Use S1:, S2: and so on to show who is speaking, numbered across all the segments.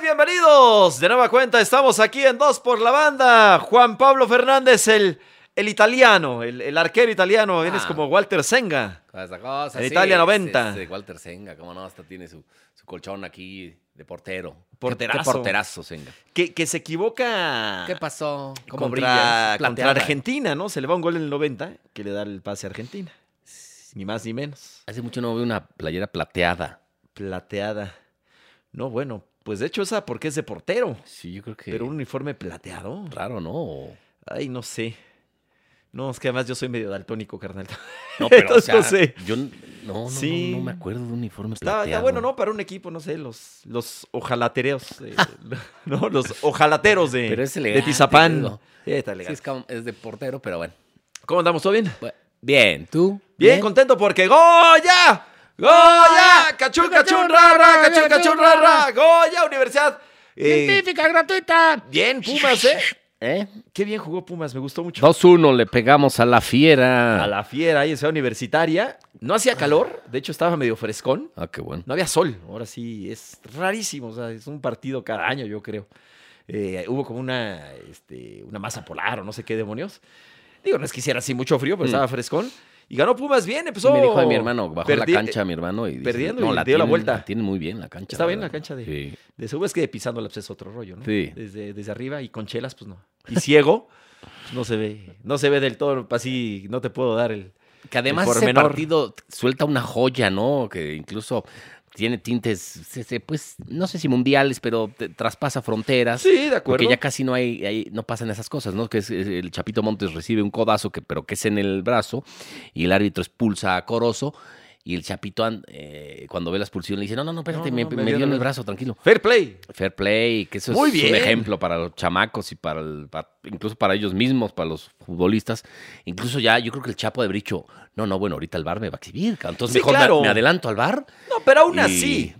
S1: Bienvenidos. De nueva cuenta, estamos aquí en Dos por la Banda. Juan Pablo Fernández, el, el italiano, el, el arquero italiano. Eres
S2: Ah.
S1: como Walter Senga.
S2: Con esa cosa,
S1: En Italia,
S2: es-
S1: 90.
S2: es de Walter Senga, cómo no, hasta tiene su, su colchón aquí de portero. ¿Qué-
S1: Porterazo.
S2: qué porterazo, Senga.
S1: Que, que se equivoca
S2: ¿Qué pasó? ¿Cómo
S1: contra,
S2: brillas?
S1: contra
S2: Plateada.
S1: Argentina, ¿no? Se le va un gol en el 90 que le da el pase a Argentina. Ni más ni menos.
S2: Hace mucho no veo una playera plateada.
S1: Plateada. No, bueno, pues de hecho esa porque es de portero.
S2: Sí, yo creo que.
S1: Pero un uniforme plateado.
S2: Raro, ¿no?
S1: Ay, no sé. No, es que además yo soy medio daltónico, carnal.
S2: No, pero o
S1: Entonces,
S2: sea,
S1: no sé.
S2: yo n- no, no,
S1: Sí.
S2: no, no me acuerdo de un uniforme
S1: Está,
S2: plateado.
S1: está bueno, ¿no? Para un equipo, no sé, los, los ojalatereos. eh, ¿No? Los ojalateros de,
S2: Pero es
S1: de
S2: elegante,
S1: Tizapán.
S2: digo.
S1: Sí, está
S2: Sí,
S1: elegante.
S2: es, como- es de portero, pero bueno.
S1: ¿Cómo andamos? ¿Todo bien?
S2: Bu- Bien, ¿tú?
S1: Bien, contento porque Goya, Goya, cachun, cachun, rara, cachun, cachun, rara, Goya, Universidad. eh,
S2: gratuita.
S1: bien, Pumas, ¿eh?
S2: ¿Eh?
S1: Qué bien jugó Pumas, me gustó mucho.
S2: 2-1 le pegamos a la fiera.
S1: A la fiera ahí en Ciudad Universitaria. No hacía calor, de hecho estaba medio frescón.
S2: Ah, qué bueno.
S1: No había sol, ahora sí, es rarísimo, o sea, es un partido cada año, yo creo. Eh, hubo como una, este, una masa polar o no sé qué demonios. Digo, no es que hiciera así mucho frío, pero
S2: Mm.
S1: estaba frescón. Y ganó Pumas bien,
S2: Sí,
S1: empezó...
S2: me dijo de mi hermano, bajó
S1: Perdi-
S2: la cancha mi hermano y dice,
S1: eh, perdiendo y dio la
S2: tienen-
S1: vuelta.
S2: tienen muy bien la cancha.
S1: Está bien la
S2: verdad.
S1: cancha de-
S2: Sí.
S1: De seguro es que pisándola pues, es otro rollo, ¿no?
S2: Sí.
S1: Desde, desde arriba y con chelas, pues no. Y ciego, pues, no se ve, no se ve del todo, así no te puedo dar el...
S2: Que además ese
S1: pormenor.
S2: partido suelta una joya, ¿no? Que incluso tiene tintes, se- se- pues, no sé si mundiales, pero te- traspasa fronteras.
S1: Sí, de
S2: Porque ya casi no hay, hay- no pasan esas cosas, ¿no? Que es- es- el Chapito Montes recibe un codazo, que, pero que es en el brazo, y el árbitro expulsa a Corozo, y el Chapito, an- eh, cuando ve la expulsión, le dice, no, no, no, espérate,
S1: no,
S2: me,
S1: no,
S2: me dio en el
S1: la-
S2: brazo, tranquilo.
S1: Fair play.
S2: Fair play, que eso
S1: Muy
S2: es
S1: bien.
S2: un ejemplo para los chamacos y para, el- pa- incluso para ellos mismos, para los futbolistas. Incluso ya, yo creo que el Chapo de Bricho, no, no, bueno, ahorita el bar me va a exhibir, cabrón. entonces
S1: Sí,
S2: mejor me-
S1: claro.
S2: me, adelanto al bar.
S1: No, pero aún
S2: Y-
S1: así.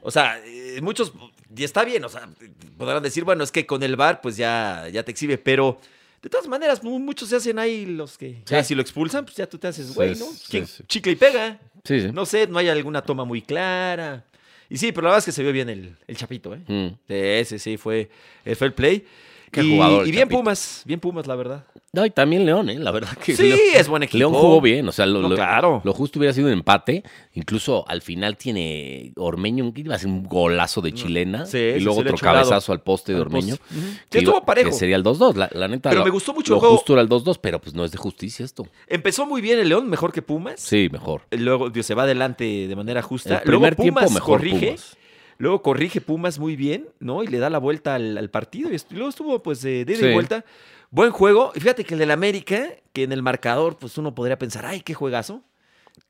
S1: O sea, eh, muchos. Y está bien, o sea, podrán decir, bueno, es que con el VAR, pues ya, ya te exhibe, pero. De todas maneras, mu- muchos se hacen ahí los que. Ya, si lo expulsan, pues ya tú te haces,
S2: Sí,
S1: güey, ¿no?
S2: sí,
S1: Chi-
S2: sí.
S1: Chicle y pega.
S2: Sí, sí.
S1: No sé, no hay alguna toma muy clara. Y sí, pero la verdad es que se vio bien el, el Chapito, ¿eh?
S2: Mm.
S1: Sí, sí, sí, fue el fair play.
S2: Qué
S1: y,
S2: jugador el
S1: y bien
S2: Chapito.
S1: Pumas, bien Pumas, la verdad.
S2: No, y también León, ¿eh? La verdad que
S1: Sí,
S2: León,
S1: es buen equipo.
S2: León jugó bien, o sea, lo,
S1: No,
S2: lo-
S1: claro.
S2: lo justo hubiera sido un empate. Incluso al final tiene Ormeño, un- iba a ser un golazo de chilena.
S1: Sí,
S2: y
S1: sí,
S2: luego
S1: sí, le
S2: otro
S1: he chulado.
S2: cabezazo al poste de
S1: Al poste.
S2: Ormeño.
S1: Ujú. Sí,
S2: que
S1: estuvo
S2: iba-
S1: parejo.
S2: Que sería el 2-2, la, la neta.
S1: Pero
S2: lo-
S1: me gustó mucho el
S2: Lo
S1: juego.
S2: justo era el 2-2, pero pues no es de justicia esto.
S1: Empezó muy bien el León, mejor que Pumas.
S2: Sí, mejor.
S1: Luego Dios, se va adelante de manera justa.
S2: El
S1: Luego
S2: primer
S1: Pumas
S2: tiempo mejor
S1: corrige.
S2: Pumas.
S1: Luego corrige Pumas muy bien, ¿no? Y le da la vuelta al, al partido. Y est- luego estuvo, pues, de, de ida y
S2: Sí.
S1: vuelta. Buen juego. Y fíjate que el del América, que en el marcador, pues uno podría pensar, ay, qué juegazo.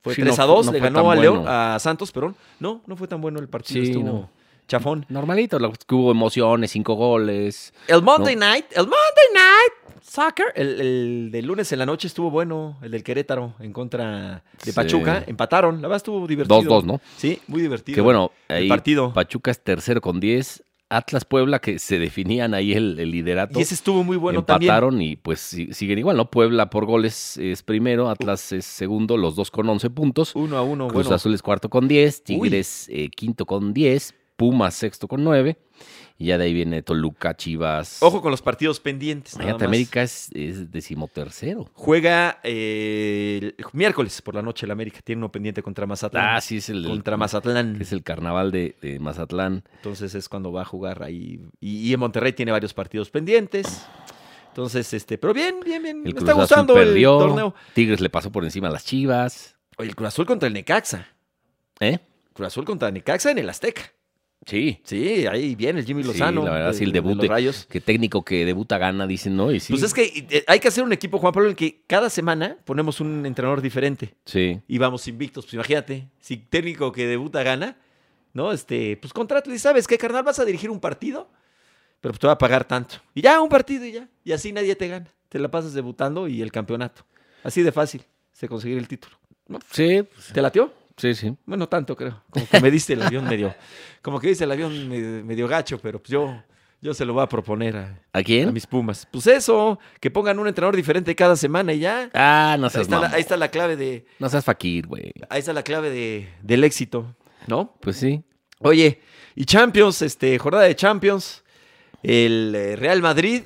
S1: Fue
S2: Sí,
S1: 3
S2: no
S1: a
S2: fu-
S1: 2,
S2: no
S1: le
S2: fue
S1: ganó
S2: tan
S1: a León,
S2: bueno.
S1: a Santos, perdón. No, no fue tan bueno el partido,
S2: Sí,
S1: estuvo
S2: no.
S1: chafón.
S2: Normalito, lo- que hubo emociones, cinco goles.
S1: El Monday Night, el Monday Night Soccer, el, el de lunes en la noche estuvo bueno, el del Querétaro en contra de
S2: Sí.
S1: Pachuca, empataron, la verdad estuvo divertido.
S2: 2-2, ¿no?
S1: Sí, muy divertido.
S2: Que bueno, ahí
S1: partido.
S2: Pachuca es tercero con 10. Atlas Puebla, que se definían ahí el, el liderato.
S1: Y ese estuvo muy bueno también.
S2: empataron y pues si- siguen igual, ¿no? Puebla por goles es primero, Atlas es segundo, los dos con 11 puntos.
S1: Uno a uno,
S2: Cruz
S1: bueno.
S2: Azul es cuarto con 10, Tigres eh, quinto con 10, Pumas sexto con 9. Y ya de ahí viene Toluca, Chivas.
S1: Ojo con los partidos pendientes. nada
S2: Imagínate,
S1: más.
S2: América es, es decimotercero.
S1: Juega eh, el miércoles por la noche el América. Tiene uno pendiente contra Mazatlán.
S2: Ah, sí, es el,
S1: Contra Mazatlán.
S2: es el carnaval de, de Mazatlán.
S1: Entonces es cuando va a jugar ahí. Y, y en Monterrey tiene varios partidos pendientes. Entonces, este, pero bien, bien, bien.
S2: El
S1: Me
S2: Cruz
S1: está
S2: Azul
S1: gustando
S2: perdió,
S1: el torneo.
S2: Tigres le pasó por encima a las Chivas.
S1: Oye, El Cruz Azul contra el Necaxa.
S2: ¿Eh?
S1: Cruz Azul contra el Necaxa en el Azteca.
S2: Sí.
S1: Sí, ahí viene el Jimmy
S2: Sí,
S1: Lozano.
S2: la verdad, sí, el
S1: de
S2: debut
S1: los
S2: de-
S1: Rayos.
S2: Qué técnico que debuta gana, dicen, ¿no? Y sí.
S1: Pues es que eh, hay que hacer un equipo, Juan Pablo, en el que cada semana ponemos un entrenador diferente.
S2: Sí.
S1: y vamos invictos. Pues imagínate, si técnico que debuta gana, ¿no? Este, pues contrátale, ¿sabes qué, carnal? Vas a dirigir un partido, pero pues te va a pagar tanto. Y ya, un partido y ya. Y así nadie te gana. Te la pasas debutando y el campeonato. Así de fácil se conseguir el título.
S2: Sí, pues
S1: ¿Te latió?
S2: sí, sí.
S1: Bueno, tanto creo. Como que me diste el avión medio. Como que dice el avión me- medio gacho, pero pues yo, yo se lo voy a proponer a,
S2: ¿A
S1: a
S2: quién?
S1: mis pumas. Pues eso, que pongan un entrenador diferente cada semana y ya.
S2: Ah, no
S1: Ahí
S2: seas
S1: está la-
S2: mamón.
S1: ahí está la clave de,
S2: No seas faquir, güey.
S1: Ahí está la clave de- del éxito, ¿no?
S2: Pues sí.
S1: Oye, y Champions, este, jornada de Champions, el eh, Real Madrid,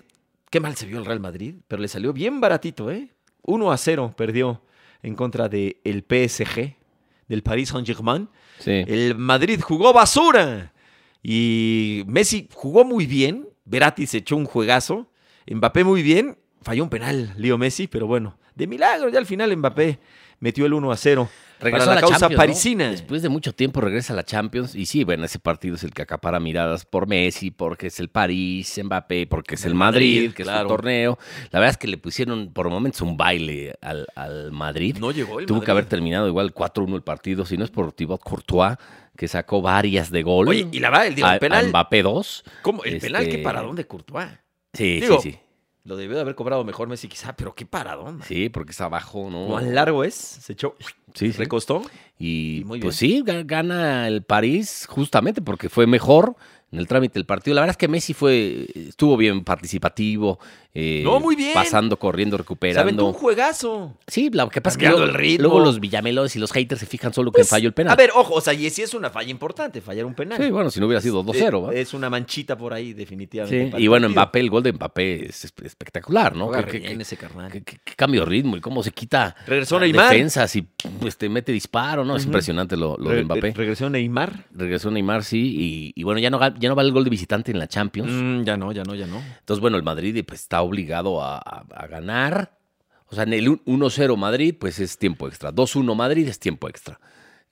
S1: qué mal se vio el Real Madrid, pero le salió bien baratito, ¿eh? 1 a 0 perdió en contra del PSG, del Paris Saint-Germain.
S2: Sí.
S1: El Madrid jugó basura. Y Messi jugó muy bien. Verati se echó un juegazo. Mbappé muy bien. Falló un penal, Leo Messi, pero bueno. De milagro, ya al final Mbappé metió el 1 a 0.
S2: Regresó
S1: para la,
S2: a la
S1: causa
S2: Champions, ¿no?
S1: parisina.
S2: Después de mucho tiempo regresa a la Champions. Y sí, bueno, ese partido es el que acapara miradas por Messi, porque es el París, Mbappé, porque es el
S1: El
S2: Madrid,
S1: Madrid,
S2: que es
S1: claro.
S2: su torneo. La verdad es que le pusieron por momentos un baile al, al Madrid.
S1: No llegó el
S2: Tuvo que
S1: Madrid.
S2: haber terminado igual 4-1 el partido, si no es por Thibaut Courtois, que sacó varias de gol.
S1: Oye, y la va, el, digo,
S2: a,
S1: el penal.
S2: a Mbappé 2.
S1: ¿Cómo? El penal, qué
S2: este-
S1: paradón de Courtois.
S2: Sí,
S1: Digo,
S2: sí, sí.
S1: Lo debió de haber cobrado mejor Messi, quizá, pero qué paradón. man.
S2: Sí, porque está abajo, ¿no?
S1: ¿Cuán largo es? Se echó,
S2: Sí, sí.
S1: recostó.
S2: Y
S1: Y muy
S2: pues sí, ga- gana el París justamente porque fue mejor en el trámite del partido. La verdad es que Messi fue estuvo bien participativo. eh,
S1: No, muy bien.
S2: Pasando, corriendo,
S1: Se aventó un
S2: recuperando.
S1: juegazo.
S2: Sí, lo que pasa es que
S1: Cambiando
S2: luego,
S1: el ritmo.
S2: luego los villamelos y los haters se fijan solo
S1: Pues,
S2: que falló el penal.
S1: A ver, ojo, o sea, y sí es una falla importante, fallar un penal.
S2: sí, bueno, si no hubiera sido 2-0, ¿va?
S1: Eh, Es una manchita por ahí, definitivamente.
S2: Sí,
S1: para
S2: Y
S1: el
S2: bueno,
S1: partido.
S2: Mbappé, el gol de Mbappé es espe- espectacular, ¿no?
S1: Juega
S2: Qué-
S1: re
S2: qué-
S1: bien
S2: qué-
S1: ese carnal.
S2: qué- qué- qué cambio de ritmo y cómo se quita
S1: Regresó
S2: las
S1: Neymar.
S2: defensas y pues, te mete disparo, ¿no? Es
S1: Ujú. Eh,
S2: impresionante lo, lo
S1: Re-
S2: de Mbappé.
S1: re- regresó Neymar.
S2: Regresó Neymar, sí, y, y bueno, ya no, ga- ya no vale el gol de visitante en la Champions.
S1: Mm, ya no, ya no, ya no.
S2: Entonces, bueno, el Madrid pues, está obligado a, a- a ganar. O sea, en el un- 1-0 Madrid, pues es tiempo extra. 2-1 Madrid es tiempo extra.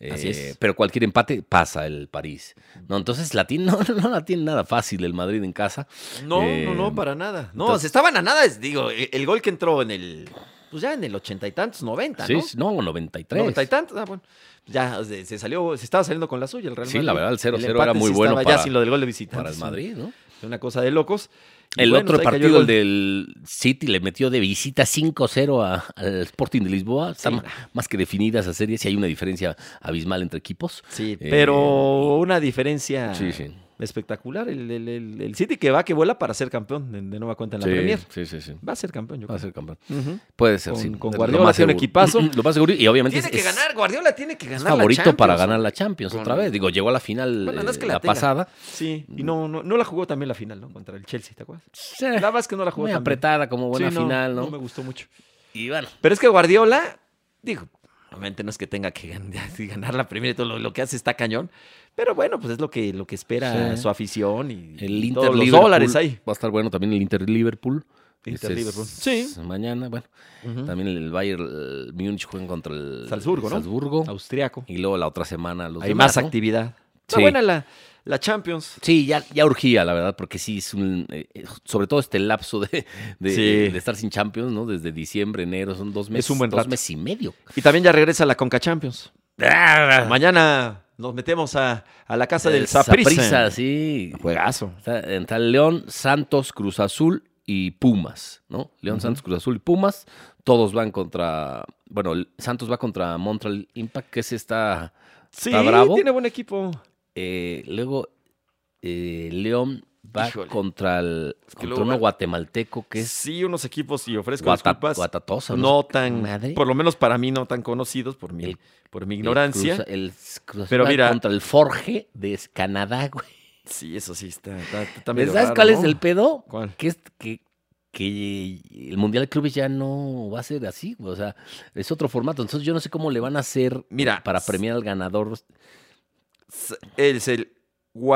S2: Eh,
S1: Así es.
S2: Pero cualquier empate pasa el París. No, entonces la tiene- no, no la tiene nada fácil el Madrid en casa.
S1: No,
S2: Eh,
S1: no, no, para nada. No,
S2: entonces-
S1: se estaban a nada, es- digo, e- el gol que entró en el, pues ya en el ochenta y tantos, noventa,
S2: Sí,
S1: ¿no?
S2: sí, no, 93.
S1: Noventa y tantos, ah, bueno. Ya se, se salió, se estaba saliendo con la suya el Real
S2: Sí,
S1: Madrid.
S2: la verdad, el 0-0
S1: empate
S2: era muy
S1: sí
S2: bueno
S1: estaba
S2: para-
S1: ya sin lo del gol de visitante.
S2: Para el Madrid, ¿no?
S1: Una cosa de locos. Y
S2: El
S1: bueno,
S2: otro
S1: pues ahí cayó
S2: partido,
S1: gol.
S2: el del City, le metió de visita 5-0 a- al Sporting de Lisboa. Está
S1: Sí.
S2: ma- más que definida esa serie. Si hay una diferencia abismal entre equipos.
S1: Sí,
S2: Eh,
S1: pero una diferencia
S2: Sí, sí.
S1: espectacular. El, el- el- el City que va, que vuela para ser campeón de, de nueva cuenta en la
S2: sí,
S1: Premier.
S2: sí, sí, sí.
S1: Va a ser campeón, yo
S2: Va a
S1: creo.
S2: ser campeón.
S1: Ujú.
S2: Puede ser,
S1: Con-
S2: sí.
S1: con
S2: Es lo
S1: Guardiola
S2: más
S1: tiene
S2: seguro.
S1: equipazo.
S2: Lo más seguro. Y obviamente
S1: Tiene
S2: es,
S1: que
S2: es-
S1: ganar, Guardiola tiene que
S2: es
S1: ganar. la
S2: favorito para
S1: Champions.
S2: ganar la Champions
S1: Con-
S2: otra vez. Digo, llegó a la final
S1: Bueno, no es que
S2: eh,
S1: la
S2: la
S1: tenga.
S2: pasada.
S1: Sí, y no, no, no la jugó también la final, ¿no? Contra el Chelsea, ¿te acuerdas?
S2: Eh,
S1: La verdad es que no la jugó
S2: Muy
S1: tan bien.
S2: apretada, como buena
S1: Sí,
S2: final, ¿no?
S1: me gustó mucho.
S2: Y bueno,
S1: Pero es que Guardiola, digo, obviamente no es que tenga que gan- así ganar la Premier y todo lo, lo que hace está cañón. Pero bueno, pues es lo que, lo que espera
S2: Sí.
S1: su afición y,
S2: el
S1: y
S2: Inter
S1: todos los
S2: Liverpool
S1: dólares ahí.
S2: Va a estar bueno también el Inter Liverpool.
S1: Inter
S2: Ese es
S1: Liverpool. Sí.
S2: Mañana, bueno.
S1: Ujú.
S2: También el Bayern el Múnich juegan contra el
S1: Salzburgo, ¿no?
S2: Salzburgo.
S1: Austriaco.
S2: Y luego la otra semana los
S1: Hay
S2: demás,
S1: más
S2: ¿no?
S1: actividad. Está
S2: Sí.
S1: buena la, la Champions.
S2: Sí, ya, ya urgía, la verdad, porque sí es un. eh, eh, sobre todo este lapso de, de-
S1: Sí.
S2: de estar sin Champions, ¿no? Desde diciembre, enero, son dos meses.
S1: un buen
S2: dos
S1: rato.
S2: meses y medio.
S1: Y también ya regresa la Conca Champions. Mañana nos metemos a, a la casa Ah, del
S2: Ah. El Saprissa,
S1: Saprissa.
S2: sí.
S1: Juegazo.
S2: Está, está León, Santos, Cruz Azul y Pumas, ¿no? León,
S1: Ujú.
S2: Santos, Cruz Azul y Pumas. Todos van contra. Bueno, el- Santos va contra Montreal Impact, que es esta.
S1: Sí,
S2: Está bravo.
S1: tiene buen equipo.
S2: eh, luego, eh, León va
S1: Híjole.
S2: contra, el, contra
S1: luego
S2: uno
S1: va-
S2: guatemalteco que es.
S1: Sí, unos equipos, y ofrezco
S2: Guata-
S1: disculpas,
S2: Guatatosa, sé
S1: no tan,
S2: madre.
S1: por lo menos para mí, no tan conocidos por mi,
S2: El-
S1: por mi
S2: El
S1: ignorancia.
S2: Cruz- el Cruz Azul
S1: Pero
S2: va
S1: mira-
S2: contra el Forge de Canadá, güey.
S1: Sí, eso sí está. está- está medio
S2: ¿Sabes
S1: raro,
S2: cuál es
S1: ¿no?
S2: el pedo?
S1: ¿Cuál?
S2: Que, es, que, que el Mundial de Clubes ya no va a ser así, güey. O sea, es otro formato. Entonces yo no sé cómo le van a hacer
S1: Mira,
S2: para premiar al ganador
S1: s- Es el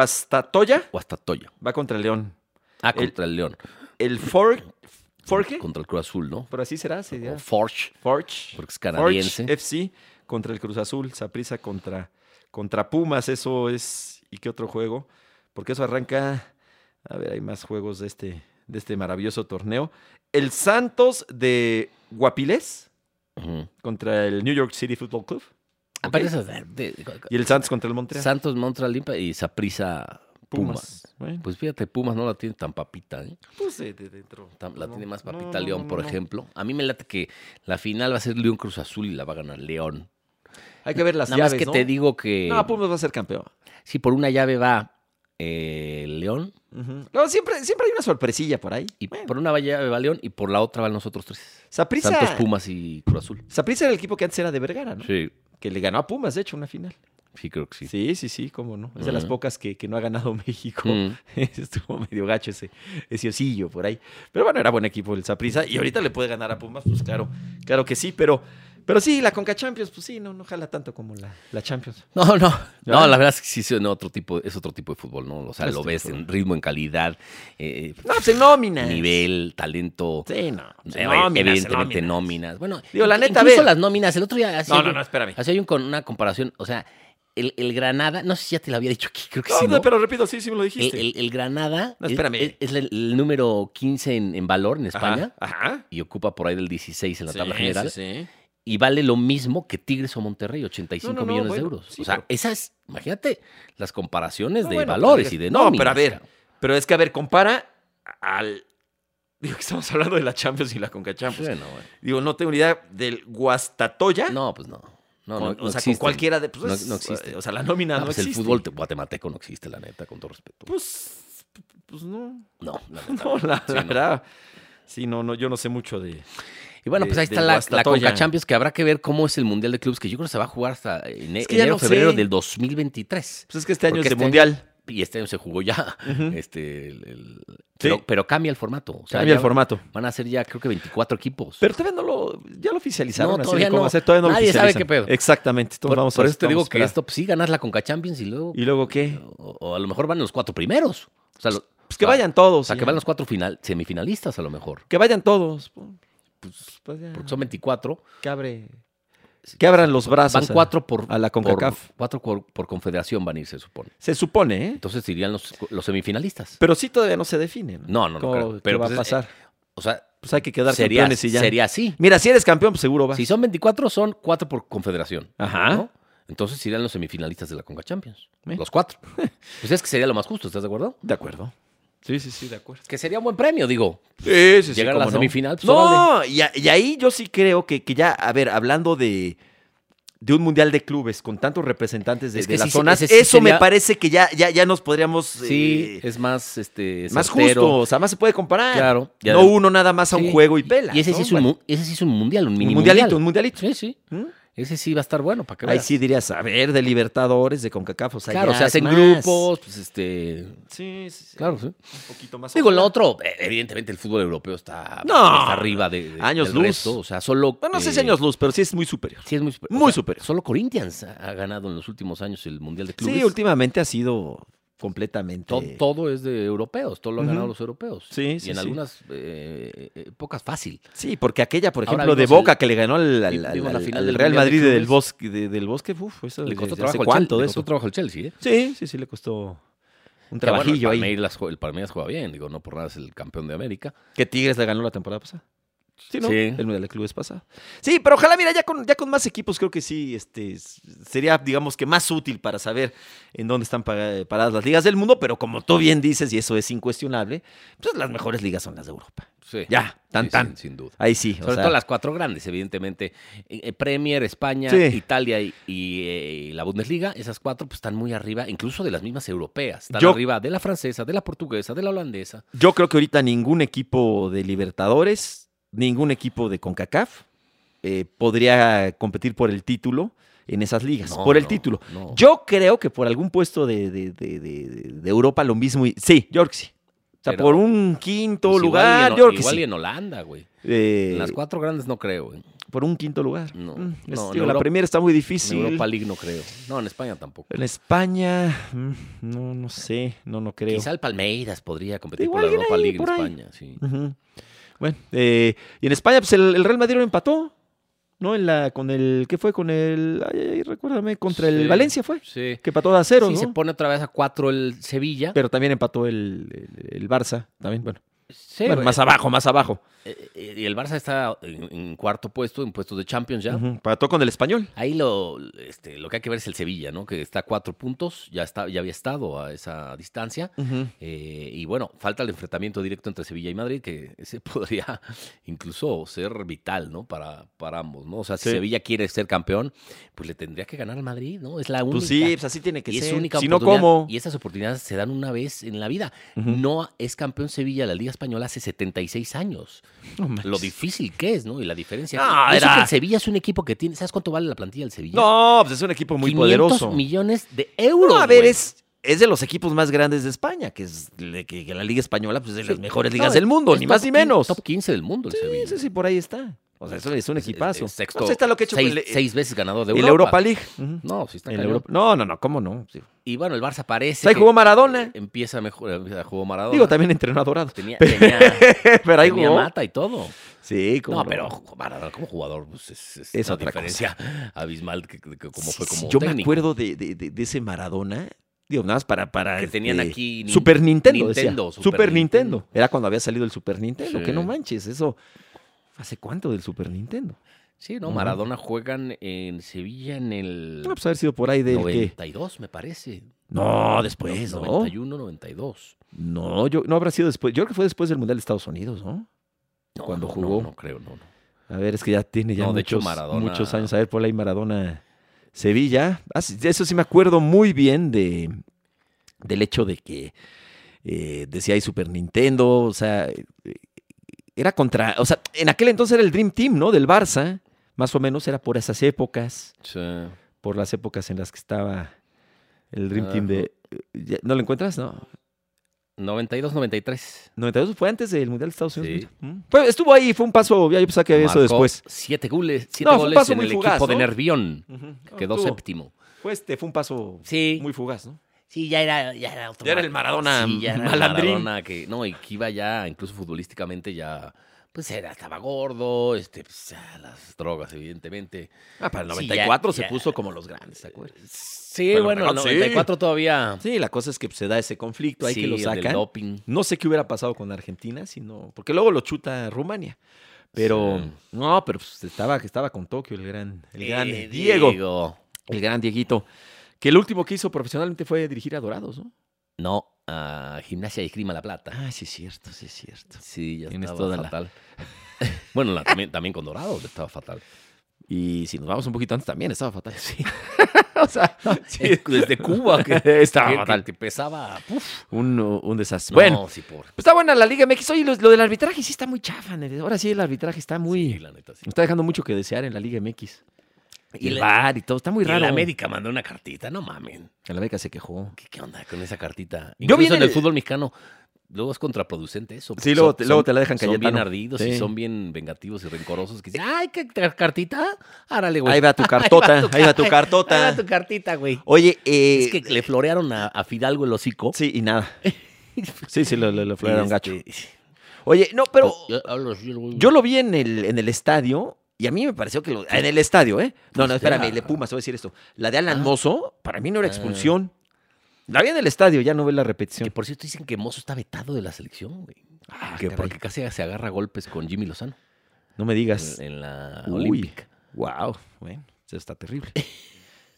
S1: Guastatoya,
S2: Guastatoya.
S1: va contra el León.
S2: Ah,
S1: El-
S2: contra el, León.
S1: El Forge, Forge,
S2: Contra el Cruz Azul, ¿no?
S1: por así será, se dirá.
S2: O Forge,
S1: Forge.
S2: porque
S1: Forge
S2: es canadiense.
S1: FC contra el Cruz Azul, Saprisa contra, contra Pumas, eso es. ¿Y qué otro juego? Porque eso arranca. A ver, hay más juegos de este, de este maravilloso torneo. El Santos de Guapiles
S2: Ujú.
S1: contra el New York City Football Club.
S2: Ah,
S1: Ok.
S2: pero eso es de- de-
S1: Y el Santos contra el Montreal.
S2: Santos, Montreal Limpa y Saprisa Pumas.
S1: Bueno,
S2: Pues fíjate, Pumas no la tiene tan papita, ¿eh?
S1: pues, eh, de dentro.
S2: Tam- La
S1: No,
S2: tiene más
S1: no,
S2: papita
S1: no,
S2: León,
S1: no,
S2: por
S1: no.
S2: ejemplo. A mí me late que la final va a ser León Cruz Azul y la va a ganar León.
S1: Hay que ver las
S2: Nada
S1: llaves,
S2: más que
S1: ¿no?
S2: te digo que
S1: No, pues- Pumas va a ser campeón.
S2: si por una llave va eh, León
S1: Ujú. No, siempre, siempre hay una sorpresilla por ahí.
S2: y por una llave va León y por la otra van nosotros tres.
S1: Saprisa.
S2: Santos, Pumas y Cruz Azul.
S1: Saprissa era el equipo que antes era de Vergara, ¿no?
S2: Sí.
S1: Que le ganó a Pumas, de hecho, una final.
S2: Sí, creo que sí.
S1: Sí, sí, sí, cómo no. Es de las
S2: Ujú.
S1: pocas que, que no ha ganado México.
S2: Mm.
S1: Estuvo medio gacho ese, ese osillo por ahí. Pero bueno, era buen equipo el Saprisa. Y ahorita le puede ganar a Pumas, pues claro, claro que sí. Pero, pero sí, la Conca Champions, pues sí, no, no jala tanto como la, la Champions.
S2: No, no, no,
S1: ¿Ya?
S2: la verdad es que sí son otro tipo, es otro tipo de fútbol, ¿no? O sea,
S1: Es
S2: lo
S1: otro
S2: ves
S1: tipo de
S2: en ritmo, en calidad, eh,
S1: No, pues en nómina.
S2: nivel, talento,
S1: Sí, no. pues,
S2: eh,
S1: en nóminas, en
S2: evidentemente
S1: nóminas.
S2: nóminas. Bueno,
S1: Digo, la
S2: in-
S1: neta,
S2: incluso
S1: ve.
S2: las nóminas, el otro día hacía
S1: No, no,
S2: yo-
S1: no, espérame.
S2: hacía yo un con- una comparación, o sea, el, el Granada, no sé si ya te lo había dicho aquí, creo que
S1: No,
S2: sí,
S1: no,
S2: ¿no?
S1: pero repito, sí, sí me lo
S2: El,
S1: dijiste.
S2: el- el Granada
S1: No,
S2: es-
S1: espérame.
S2: es, es el, el número 15 en, en valor en
S1: Ajá,
S2: España
S1: Ajá.
S2: y ocupa por ahí del 16 en la tabla
S1: Sí,
S2: general
S1: sí, sí.
S2: y vale lo mismo que Tigres o Monterrey,
S1: No,
S2: 85
S1: no, no,
S2: millones de
S1: bueno,
S2: euros.
S1: sí,
S2: o sea,
S1: pero-
S2: esas, imagínate, las comparaciones
S1: No,
S2: de
S1: bueno,
S2: valores
S1: pero-
S2: y de
S1: no,
S2: nóminas.
S1: pero a ver.
S2: cabrón.
S1: Pero es que, a ver, compara al. Digo que estamos hablando de la Champions y la Conca Champions.
S2: Bueno, güey.
S1: Digo, no tengo ni idea del Guastatoya.
S2: No, pues no. No,
S1: con-
S2: no,
S1: o
S2: no
S1: sea,
S2: existe.
S1: con cualquiera de. Pues,
S2: No-
S1: es-
S2: no existe.
S1: O sea, la nómina
S2: Ah,
S1: no,
S2: pues
S1: existe.
S2: el fútbol te- guatemalteco no existe, la neta, con todo respeto.
S1: Pues. Pues no.
S2: No, la neta.
S1: No, la,
S2: Sí,
S1: la
S2: no.
S1: verdad. Sí, no, no, yo no sé mucho de.
S2: Y bueno,
S1: de-
S2: pues ahí está
S1: del
S2: la, la
S1: Guastatoya.
S2: Conca Champions, que habrá que ver cómo es el Mundial de Clubes, que yo creo que se va a jugar hasta ene-
S1: Es que ya
S2: enero,
S1: no sé.
S2: febrero del 2023.
S1: Pues es que este año
S2: Porque
S1: es de
S2: este año-
S1: mundial.
S2: Y este año se jugó ya.
S1: Ujú.
S2: este, el- el- pero, pero cambia el formato. O sea,
S1: Cambia el
S2: ya
S1: formato.
S2: Van a ser ya, creo que 24 equipos.
S1: Pero todavía no lo. Ya lo oficializaron.
S2: No,
S1: así de
S2: todavía
S1: cómo
S2: no.
S1: hacer, todavía no lo
S2: Nadie sabe
S1: oficializan.
S2: qué pedo.
S1: Exactamente. Entonces
S2: por,
S1: vamos a
S2: por
S1: ver,
S2: eso te digo
S1: vamos a
S2: que
S1: esperar.
S2: esto, pues sí, ganas la Conca Champions y luego.
S1: ¿Y luego qué?
S2: O, o a lo mejor van los cuatro primeros. O sea, lo-
S1: Pues que
S2: o sea,
S1: vayan todos.
S2: O sea, que
S1: ya.
S2: van los cuatro final, semifinalistas a lo mejor.
S1: Que vayan todos. Pues, pues ya.
S2: Porque son 24.
S1: Que, abre- que abran los brazos.
S2: Van
S1: a-
S2: cuatro por.
S1: a la
S2: por-
S1: CONCACAF.
S2: cuatro por, por confederación van a ir, se supone.
S1: Se supone, ¿eh?
S2: Entonces irían los, los semifinalistas.
S1: Pero sí todavía no se define.
S2: No, no, no
S1: Cómo-
S2: creo.
S1: qué
S2: Pero,
S1: va
S2: pues,
S1: a
S2: es-
S1: pasar.
S2: O sea,
S1: pues hay que quedar
S2: sería,
S1: campeones y ya.
S2: sería así.
S1: Mira, si eres campeón, pues seguro vas.
S2: Si son 24, son cuatro por confederación.
S1: Ajá.
S2: ¿no? Entonces irían los semifinalistas de la Conca Champions.
S1: ¿Eh?
S2: Los cuatro. Pues es que sería lo más justo, ¿estás de acuerdo?
S1: De acuerdo. Sí, sí, sí, de acuerdo.
S2: Que sería un buen premio, digo.
S1: Sí, sí,
S2: Llegar a
S1: cómo
S2: la semifinal, pues,
S1: No, y, a- y ahí yo sí creo que, que ya, a ver, hablando de, de un mundial de clubes con tantos representantes de,
S2: Es
S1: de
S2: que
S1: las
S2: sí, sí,
S1: zonas,
S2: ese sí
S1: eso
S2: sería-
S1: me parece que ya, ya, ya nos podríamos.
S2: Sí,
S1: eh,
S2: es más este
S1: más
S2: certero.
S1: justo. O sea, más se puede comparar.
S2: Claro. Y
S1: no
S2: adem-
S1: uno nada más a un
S2: Sí.
S1: juego y pela.
S2: Y ese sí
S1: ¿no?
S2: es un, mu- ese sí es un mundial, un
S1: Un
S2: mini
S1: mundialito, un
S2: mundial.
S1: mundialito.
S2: Sí, sí.
S1: ¿Mm?
S2: Ese sí va a estar bueno para que
S1: Ahí
S2: veas.
S1: sí dirías, a ver, de Libertadores, de CONCACAF, o sea,
S2: claro,
S1: ya
S2: se
S1: es
S2: hacen
S1: más.
S2: grupos, pues este,
S1: Sí, sí, sí,
S2: claro, sí.
S1: un poquito más.
S2: Digo, lo
S1: ojalá.
S2: otro, eh, evidentemente el fútbol europeo está,
S1: No.
S2: está arriba de, de-
S1: Años
S2: del
S1: luz.
S2: resto, o sea, solo
S1: Bueno, no sé si
S2: eh,
S1: años luz, pero sí es muy superior.
S2: Sí, es muy super- o
S1: Muy
S2: sea,
S1: superior.
S2: Solo Corinthians ha, ha ganado en los últimos años el Mundial de Clubes.
S1: Sí, últimamente ha sido completamente...
S2: To- todo, es de europeos, todo lo han
S1: Ujú.
S2: ganado los europeos.
S1: Sí, sí,
S2: Y en
S1: sí.
S2: algunas eh, eh, épocas fácil.
S1: Sí, porque aquella, por
S2: Ahora
S1: ejemplo, de
S2: vimos
S1: Boca
S2: el-
S1: que le ganó al, al-
S2: vi-
S1: al-
S2: vimos la
S1: al-
S2: final
S1: al
S2: del
S1: Real
S2: Mundial de
S1: Madrid del
S2: clubes.
S1: bosque, de- del bosque, uf, eso
S2: Le
S1: de- de
S2: costó trabajo,
S1: hace
S2: al
S1: cuánto
S2: Chel-
S1: de
S2: le costó
S1: eso.
S2: trabajo al Chelsea, ¿eh?
S1: Sí, sí, sí, le costó un
S2: Que bueno,
S1: trabajillo
S2: el
S1: ahí.
S2: Palmeiras, ju- el Palmeiras juega bien, digo, no por nada es el campeón de América.
S1: Que Tigres le ganó la temporada pasada. Sí, ¿no?
S2: Sí.
S1: El Mundial de Clubes pasado. Sí, pero ojalá, mira, ya con, ya con más equipos creo que sí este, s- sería, digamos que más útil para saber en dónde están pa- paradas las ligas del mundo, pero como tú bien dices, y eso es incuestionable, pues las mejores ligas son las de Europa.
S2: Sí.
S1: Ya, tan,
S2: Sí,
S1: tan.
S2: Sin, sin duda.
S1: Ahí sí. o
S2: Sobre
S1: sea,
S2: todo las cuatro grandes, evidentemente. Eh, eh, Premier, España,
S1: Sí.
S2: Italia y, y, eh, y la Bundesliga, esas cuatro pues, están muy arriba, incluso de las mismas europeas. Están
S1: Yo-
S2: arriba de la francesa, de la portuguesa, de la holandesa.
S1: Yo creo que ahorita ningún equipo de Libertadores, ningún equipo de CONCACAF eh, podría competir por el título en esas ligas,
S2: No,
S1: por el
S2: no,
S1: título.
S2: no.
S1: Yo creo que por algún puesto de, de- de- de- de- de Europa lo mismo. y- sí, yo creo que sí. O sea,
S2: Pero-
S1: por un quinto
S2: Pues
S1: lugar,
S2: Igual, y en,
S1: yo creo que
S2: igual
S1: sí.
S2: y en Holanda, güey.
S1: Eh,
S2: En las cuatro grandes no creo. ¿eh? güey.
S1: por un quinto lugar.
S2: No,
S1: Mm,
S2: no,
S1: es- digo,
S2: en
S1: la
S2: Europa-
S1: Premier está muy
S2: En
S1: difícil.
S2: Europa League no creo. No, en España tampoco.
S1: En España, mm, no, no sé, no, no creo.
S2: Quizá el Palmeiras podría competir
S1: Igual
S2: por la
S1: viene
S2: Europa
S1: ahí,
S2: League en
S1: por ahí.
S2: España. Sí.
S1: Ujú. Bueno, eh, y en España, pues el, el Real Madrid lo empató, ¿no? En la, con el, ¿qué fue? Con el, ay, ay, recuérdame, contra el
S2: Sí.
S1: Valencia fue,
S2: Sí.
S1: que empató a cero,
S2: Sí,
S1: ¿no?
S2: se pone otra vez a cuatro el Sevilla.
S1: Pero también empató el, el- el Barça, también, bueno,
S2: Sí,
S1: Bueno,
S2: eh,
S1: más abajo, más abajo.
S2: eh, eh, y el Barça está en, en cuarto puesto, en puestos de Champions ya.
S1: Ujú, Empató con el Español.
S2: Ahí lo, este, lo que hay que ver es el Sevilla, ¿no? Que está a cuatro puntos, ya, está, ya había estado a esa distancia. Eh, y bueno, falta el enfrentamiento directo entre Sevilla y Madrid, que ese podría incluso ser vital, ¿no? Para, para ambos, ¿no? O sea, si
S1: Sí.
S2: Sevilla quiere ser campeón, pues le tendría que ganar al Madrid, ¿no? Es la única.
S1: Pues sí, pues así tiene que
S2: y es
S1: ser.
S2: su única
S1: si no,
S2: oportunidad,
S1: ¿cómo?
S2: Y esas oportunidades se dan una vez en la vida.
S1: Ujú.
S2: No es campeón Sevilla de las ligas española hace 76 años.
S1: No manches.
S2: Lo difícil que es, ¿no? Y la diferencia.
S1: No,
S2: Yo sé
S1: Ah, era-
S2: que el Sevilla es un equipo que tiene. ¿Sabes cuánto vale la plantilla del Sevilla?
S1: No, pues es un equipo muy
S2: 500
S1: poderoso.
S2: millones de euros.
S1: No, a ver,
S2: güey.
S1: es, es de los equipos más grandes de España, que es de- que, que la Liga Española pues, es de las
S2: Sí.
S1: mejores
S2: No,
S1: ligas
S2: es-
S1: del mundo,
S2: es
S1: ni
S2: top
S1: más ni
S2: 15
S1: menos.
S2: Top 15 del mundo el Sevilla.
S1: Sí, sí, sí, por ahí está. O sea, eso es un
S2: Es- es-
S1: equipazo.
S2: es sexto,
S1: Pues ahí está lo que ha hecho
S2: seis,
S1: el-
S2: seis veces ganado de
S1: el
S2: Europa.
S1: Europa League. Ujú.
S2: No, sí está
S1: El
S2: cañón.
S1: Europa- No, no, no, ¿cómo no? Sí.
S2: Y bueno, el Barça parece
S1: Ahí
S2: que
S1: jugó Maradona.
S2: empieza mejor, jugó Maradona.
S1: Digo, también entrenó a Dorado.
S2: tenía, tenía,
S1: Pero ahí
S2: tenía
S1: jugó.
S2: mata y todo.
S1: Sí,
S2: No,
S1: cómo no.
S2: pero Maradona como jugador pues, es, es
S1: Es
S2: una
S1: otra
S2: diferencia abismal que, que- que como
S1: Sí,
S2: fue
S1: sí,
S2: como
S1: Yo me
S2: técnico.
S1: acuerdo de, de- de- de ese Maradona. Digo, nada más para. para
S2: que tenían
S1: este,
S2: aquí Nin-
S1: Super Nintendo, decía.
S2: Nintendo,
S1: Super, Nintendo. Era cuando había salido el Super Nintendo.
S2: Sí.
S1: Que no manches, eso. ¿Hace cuánto del Super Nintendo?
S2: Sí, no,
S1: Ujú.
S2: Maradona juegan en Sevilla en el
S1: No, pues haber sido por ahí del que.
S2: 92, me parece.
S1: No, después, ¿no?
S2: 91, 92.
S1: No, yo, no habrá sido después. Yo creo que fue después del Mundial de Estados Unidos, ¿no?
S2: No,
S1: Cuando
S2: no,
S1: jugó.
S2: No, no creo, no, no.
S1: A ver, es que ya tiene ya
S2: No, de hecho,
S1: muchos,
S2: Maradona-
S1: muchos años. A ver, por ahí Maradona. Sevilla. Ah, sí, eso sí me acuerdo muy bien de, del hecho de que eh, decía ahí Super Nintendo. O sea, eh, era contra. O sea, en aquel entonces era el Dream Team, ¿no? Del Barça. Más o menos era por esas épocas.
S2: Sí.
S1: Por las épocas en las que estaba el Dream
S2: Ajá.
S1: Team de. ¿Ya- ¿No lo encuentras? No.
S2: 92, 93.
S1: 92 fue antes del Mundial de Estados Unidos.
S2: Sí.
S1: mira. Mm. Fue- estuvo ahí, fue un paso, ya yo pensaba que había eso
S2: Marcó
S1: después.
S2: Siete goles, siete
S1: No, fue un
S2: goles
S1: paso
S2: en
S1: muy
S2: el
S1: fugaz,
S2: equipo de
S1: ¿no?
S2: Nervión.
S1: Ujú.
S2: Quedó
S1: Estuvo-
S2: séptimo.
S1: Fue, este, fue un paso
S2: Sí.
S1: muy fugaz, ¿no?
S2: Sí, ya era, ya era otro
S1: Ya era el
S2: Mar-
S1: Maradona
S2: Sí, ya era el
S1: malandrín.
S2: Maradona que, no, y que iba ya, incluso futbolísticamente ya, pues era, estaba gordo, este, pues, ya, las drogas, evidentemente.
S1: Ah, para el
S2: Sí,
S1: 94
S2: ya-
S1: se
S2: ya.
S1: puso como los grandes, ¿te acuerdas?
S2: Sí,
S1: Pero
S2: bueno, el
S1: Maradona, sí.
S2: 94 todavía.
S1: Sí, la cosa es que pues, se da ese conflicto, hay
S2: sí,
S1: que lo
S2: el del
S1: sacan.
S2: doping.
S1: No sé qué hubiera pasado con Argentina, sino porque luego lo chuta Rumania. Pero
S2: Sí.
S1: no, pero pues, estaba estaba con Tokio el gran el gran
S2: Eh,
S1: Diego, el gran Dieguito, que el último que hizo profesionalmente fue dirigir a Dorados, ¿no?
S2: No, a Gimnasia y Esgrima La Plata.
S1: Ah, sí es cierto, sí es cierto.
S2: Sí, ya
S1: Tienes
S2: estaba
S1: toda la-
S2: fatal. bueno, la- también, también con Dorados estaba fatal.
S1: Y si nos vamos un poquito antes también estaba fatal. Sí. o sea, sí.
S2: Desde Cuba que,
S1: estaba
S2: que-
S1: fatal.
S2: que pesaba. puf.
S1: Un, un desastre.
S2: No,
S1: Bueno,
S2: sí, por.
S1: pues está buena la Liga MX. Oye, lo, lo del arbitraje sí está muy chafa. Nere. Ahora sí el arbitraje está muy...
S2: Sí, la neta, sí.
S1: Está dejando mucho que desear en la Liga MX. Y
S2: Y
S1: el
S2: la-
S1: VAR y todo. Está muy
S2: Y
S1: raro.
S2: la América mandó una cartita, no mamen.
S1: El América se quejó.
S2: ¿Qué, qué onda con esa cartita?
S1: Yo
S2: Incluso
S1: vi en
S2: en el
S1: el-
S2: fútbol mexicano, luego es contraproducente eso.
S1: Sí,
S2: porque
S1: luego,
S2: son-
S1: te, luego
S2: son-
S1: te la dejan
S2: Son bien
S1: Cayetano.
S2: ardidos
S1: Sí.
S2: y son bien vengativos y rencorosos. Que dicen, ay, ¿qué ca- cartita? Árale, güey.
S1: Ahí va tu cartota. ahí va tu
S2: Ahí
S1: cartota.
S2: va tu cartita, güey.
S1: Oye, eh,
S2: Es que le florearon a, a Fidalgo el hocico.
S1: Sí, y nada. Sí, sí, lo, lo, lo florearon
S2: Y,
S1: gacho.
S2: este, pues,
S1: Oye, no, pero...
S2: Yo, hablo así, el güey.
S1: Yo lo vi en el, en el estadio y a mí me pareció que lo, en el estadio, ¿eh? No, no, espérame,
S2: ya.
S1: le Pumas, te voy a decir esto. La de Alan
S2: Ah.
S1: Mozo, para mí no era
S2: Ah.
S1: expulsión. La vi en el estadio, ya no ve la repetición.
S2: Que por cierto dicen que Mozo está vetado de la selección, güey.
S1: Ah,
S2: Que
S1: caray,
S2: porque casi se agarra a golpes con Jimmy Lozano
S1: no me digas.
S2: en, en la
S1: Uy.
S2: Olímpica.
S1: Wow, bueno, eso está terrible.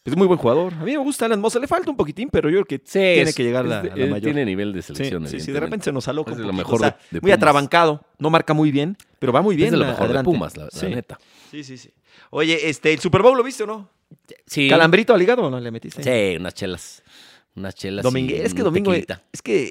S1: Es muy buen jugador. A mí me gusta Alan Mozo. Le falta un poquitín, pero yo creo que
S2: Sí,
S1: tiene
S2: es-
S1: que llegar
S2: es
S1: la-
S2: de-
S1: a la
S2: eh,
S1: mayor.
S2: Tiene nivel de
S1: sí,
S2: selección.
S1: sí, sí, de
S2: evidentemente.
S1: repente se nos aloca
S2: Es
S1: un
S2: de lo
S1: poquito,
S2: mejor
S1: o sea,
S2: de-
S1: muy
S2: de Pumas.
S1: atrabancado, no marca muy bien, pero va muy bien.
S2: es de lo mejor
S1: adelante.
S2: de Pumas, la, la
S1: Sí.
S2: neta.
S1: Sí, sí, sí. Oye, este, ¿el Super Bowl lo viste o no?
S2: Sí.
S1: ¿Calambrito al hígado o no le metiste?
S2: Sí, unas chelas. Unas chelas.
S1: Domingue-
S2: y
S1: es que
S2: un
S1: domingo
S2: tequilita.
S1: es que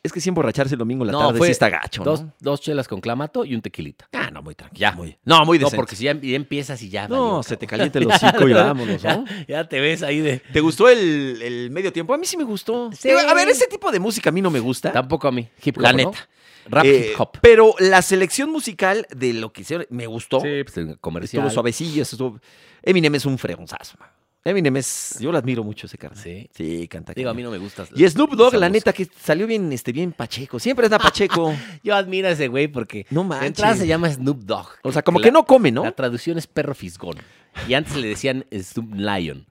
S1: es que sí emborracharse el domingo en la
S2: No,
S1: tarde
S2: fue
S1: sí está gacho,
S2: Dos,
S1: ¿no?
S2: dos chelas con clamato y un tequilita.
S1: Ah, no, muy tranquilo.
S2: Ya.
S1: Muy, no, muy
S2: No,
S1: decente.
S2: porque si ya, ya empiezas y ya.
S1: No,
S2: valió,
S1: se te
S2: cabrón.
S1: calienta el hocico y vámonos, ¿no?
S2: Ya, ya te ves ahí de.
S1: ¿Te gustó el, el medio tiempo? A mí sí me gustó.
S2: Sí.
S1: Digo, A ver, ese tipo de música a mí no me gusta.
S2: Tampoco a mí. Hip hop.
S1: La
S2: ¿no?
S1: neta.
S2: Rap
S1: Eh,
S2: hip hop.
S1: Pero la selección musical de lo que hicieron me gustó.
S2: Sí, pues, el comercial.
S1: estuvo suavecillo, estuvo... Eminem es un fregonzazo, man. Eminem es... Yo lo admiro mucho ese carnal.
S2: Sí.
S1: Sí, canta.
S2: Digo, a
S1: cañón.
S2: mí no me gusta.
S1: Y Snoop Dogg,
S2: esa
S1: la neta,
S2: música.
S1: que salió bien, este, bien pacheco. Siempre está pacheco.
S2: Yo admiro a ese güey porque.
S1: No
S2: de
S1: manches.
S2: entrada se llama Snoop Dogg.
S1: O sea, como que no come, ¿no?
S2: La traducción es perro fisgón. Y antes le decían Snoop Lion.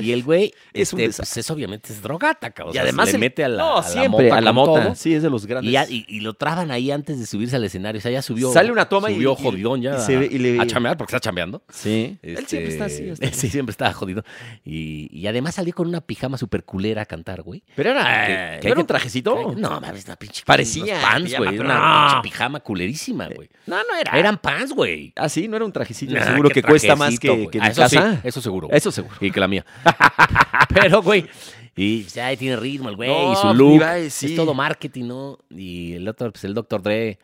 S2: Y el güey,
S1: Es un
S2: este,
S1: desastre.
S2: pues es obviamente es drogata, cabrón. O
S1: Y
S2: sea,
S1: además
S2: se le
S1: el-
S2: mete a la,
S1: no,
S2: a la
S1: siempre,
S2: mota
S1: a la
S2: con
S1: mota.
S2: todo.
S1: Sí, es de los grandes.
S2: Y, ya- y- y lo traban ahí antes de subirse al escenario. O sea, ya subió.
S1: Sale una toma y-
S2: subió
S1: y-
S2: jodidón ya.
S1: y se ve- y le-
S2: A chambear porque está chambeando.
S1: sí. Él
S2: Este,
S1: siempre está así. hasta-
S2: Sí, siempre está jodido. Y, y además salió con una pijama super culera a cantar, güey.
S1: Pero
S2: Que-
S1: era, era
S2: que Ah, hay
S1: un
S2: que- que
S1: trajecito.
S2: hay que- No, mames, una pinche.
S1: Parecía
S2: unos pants,
S1: pijama,
S2: güey.
S1: pero
S2: Una
S1: no.
S2: pinche pijama culerísima, güey.
S1: No, no era.
S2: Eran pants, güey.
S1: Ah, sí, no era un trajecito.
S2: Nah,
S1: seguro que
S2: qué
S1: cuesta más
S2: trajecito,
S1: que,
S2: güey.
S1: que
S2: Ah,
S1: en
S2: eso sí,
S1: casa.
S2: eso seguro. güey.
S1: Eso seguro.
S2: Y que la mía. Pero, güey, Y pues, ay, tiene ritmo el güey,
S1: No,
S2: y su
S1: pues,
S2: look.
S1: iba a decir.
S2: Es todo marketing, ¿no? Y el otro, pues el Dr. Dre.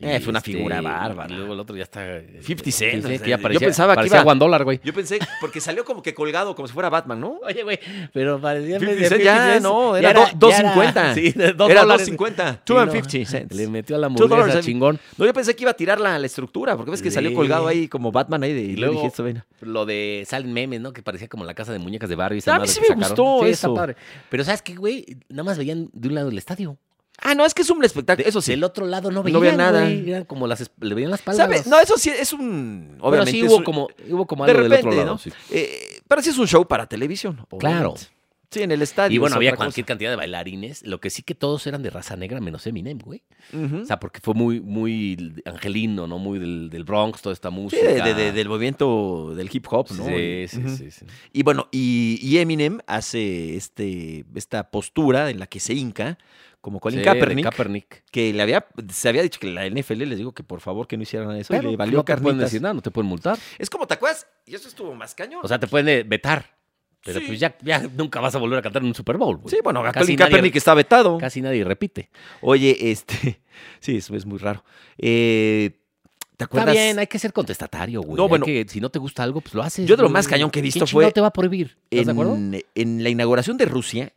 S2: y
S1: Eh, fue una figura bárbara.
S2: Y luego el otro ya está. eh,
S1: 50 Cent, o sea,
S2: que ya
S1: yo
S2: parecía,
S1: pensaba que
S2: parecía
S1: iba-
S2: one dollar, güey.
S1: Yo pensé, porque salió como que colgado, como si fuera Batman, ¿no?
S2: Oye, güey, pero parecía
S1: 50
S2: medio
S1: cent, ya,
S2: 50 cent.
S1: no,
S2: Ya
S1: era do-
S2: ya
S1: 2.50.
S2: Sí, de dos
S1: Era
S2: dólares.
S1: 2.50.
S2: Sí,
S1: Two and
S2: no,
S1: 50 cents.
S2: Le metió a la
S1: Two dollars
S2: hamburguesa
S1: and-
S2: chingón.
S1: No, yo pensé que iba a tirar la, la estructura, porque ves que salió
S2: Sí.
S1: colgado ahí como Batman ahí de, y luego
S2: luego-
S1: dije, "Esta vaina".
S2: Lo de salen memes, ¿no? Que parecía como la casa de muñecas de barrio. y esa
S1: Ah, A mí
S2: madre
S1: sí
S2: que
S1: me
S2: sacaron.
S1: gustó
S2: Sí, está
S1: eso.
S2: padre. Pero ¿sabes qué, güey? Nada más veían de un lado el estadio.
S1: Ah, no, es que es un espectáculo, eso sí.
S2: Del otro lado no veían,
S1: No veían nada.
S2: nada. Eran como las... es- Le veían las palmas.
S1: ¿Sabes? No, eso sí es un...
S2: Pero
S1: Obviamente
S2: sí
S1: es
S2: hubo
S1: un-
S2: como, hubo como
S1: de
S2: algo del
S1: repente,
S2: otro lado.
S1: ¿no?
S2: sí.
S1: Eh, pero sí es un show para televisión.
S2: Claro.
S1: obviamente. Sí, en el estadio.
S2: Y bueno,
S1: es
S2: había
S1: otra cosa.
S2: cualquier cantidad de bailarines. Lo que sí que todos eran de raza negra, menos Eminem, güey.
S1: Ujú.
S2: O sea, porque fue muy, muy angelino, ¿no? Muy del, del Bronx, toda esta
S1: Sí,
S2: música.
S1: de- de- de- del movimiento del hip hop, ¿no?
S2: Sí, sí,
S1: Ujú.
S2: sí, sí.
S1: Y bueno, y, y Eminem hace este, esta postura en la que se hinca, como Colin
S2: Sí, de
S1: Kaepernick,
S2: Kaepernick. Pues,
S1: que le había, se había dicho que la NFL les digo que por favor que no hicieran eso y
S2: Pero pues,
S1: le valió
S2: no te pueden
S1: carnitas.
S2: decir nada, no te pueden multar.
S1: Es como, ¿te acuerdas? Y eso estuvo más cañón.
S2: O sea, te pueden eh, vetar. Pero
S1: Sí.
S2: pues ya, ya nunca vas a volver a cantar en un Super Bowl, güey.
S1: sí, bueno,
S2: casi
S1: Colin
S2: nadie-
S1: Kaepernick está vetado.
S2: Casi nadie repite.
S1: Oye, este, sí, eso es muy raro. Eh, ¿Te
S2: Está
S1: acuerdas?
S2: bien, hay que ser contestatario, güey.
S1: No,
S2: Hay
S1: bueno.
S2: que- si no te gusta algo, pues lo haces.
S1: Yo de lo
S2: güey.
S1: más cañón que he
S2: ¿Quién
S1: visto
S2: chingado
S1: fue
S2: te va a prohibir? ¿Estás de acuerdo?
S1: en, en la inauguración de Rusia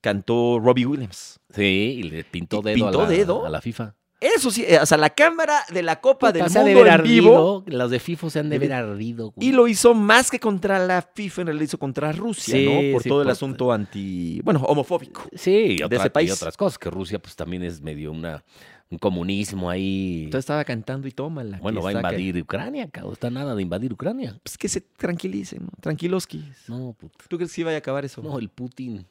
S1: cantó Robbie Williams.
S2: Sí, y le pintó
S1: Y
S2: dedo,
S1: pintó
S2: a, la,
S1: dedo.
S2: a la FIFA.
S1: Eso sí, eh, o sea, la cámara de la Copa del
S2: Puta, se ha
S1: Mundo
S2: de
S1: en
S2: ver
S1: vivo
S2: ardido, Los de FIFA se han de
S1: De-
S2: ver ardido, güey.
S1: y lo hizo más que contra la FIFA, en realidad hizo contra Rusia,
S2: Sí,
S1: ¿no? Por
S2: sí,
S1: todo el
S2: por-
S1: asunto anti, bueno, homofóbico.
S2: Sí, y,
S1: de
S2: otra-
S1: ese
S2: y
S1: país.
S2: otras cosas, que Rusia pues también es medio una, un comunismo ahí.
S1: Entonces estaba cantando y tómala.
S2: bueno,
S1: que
S2: va a
S1: saca-
S2: invadir Ucrania, cabrón. Está nada de invadir Ucrania.
S1: Pues que se tranquilicen, ¿no? Tranquiloskis.
S2: No, puta.
S1: ¿Tú crees que sí vaya a acabar eso?
S2: No, el Putin.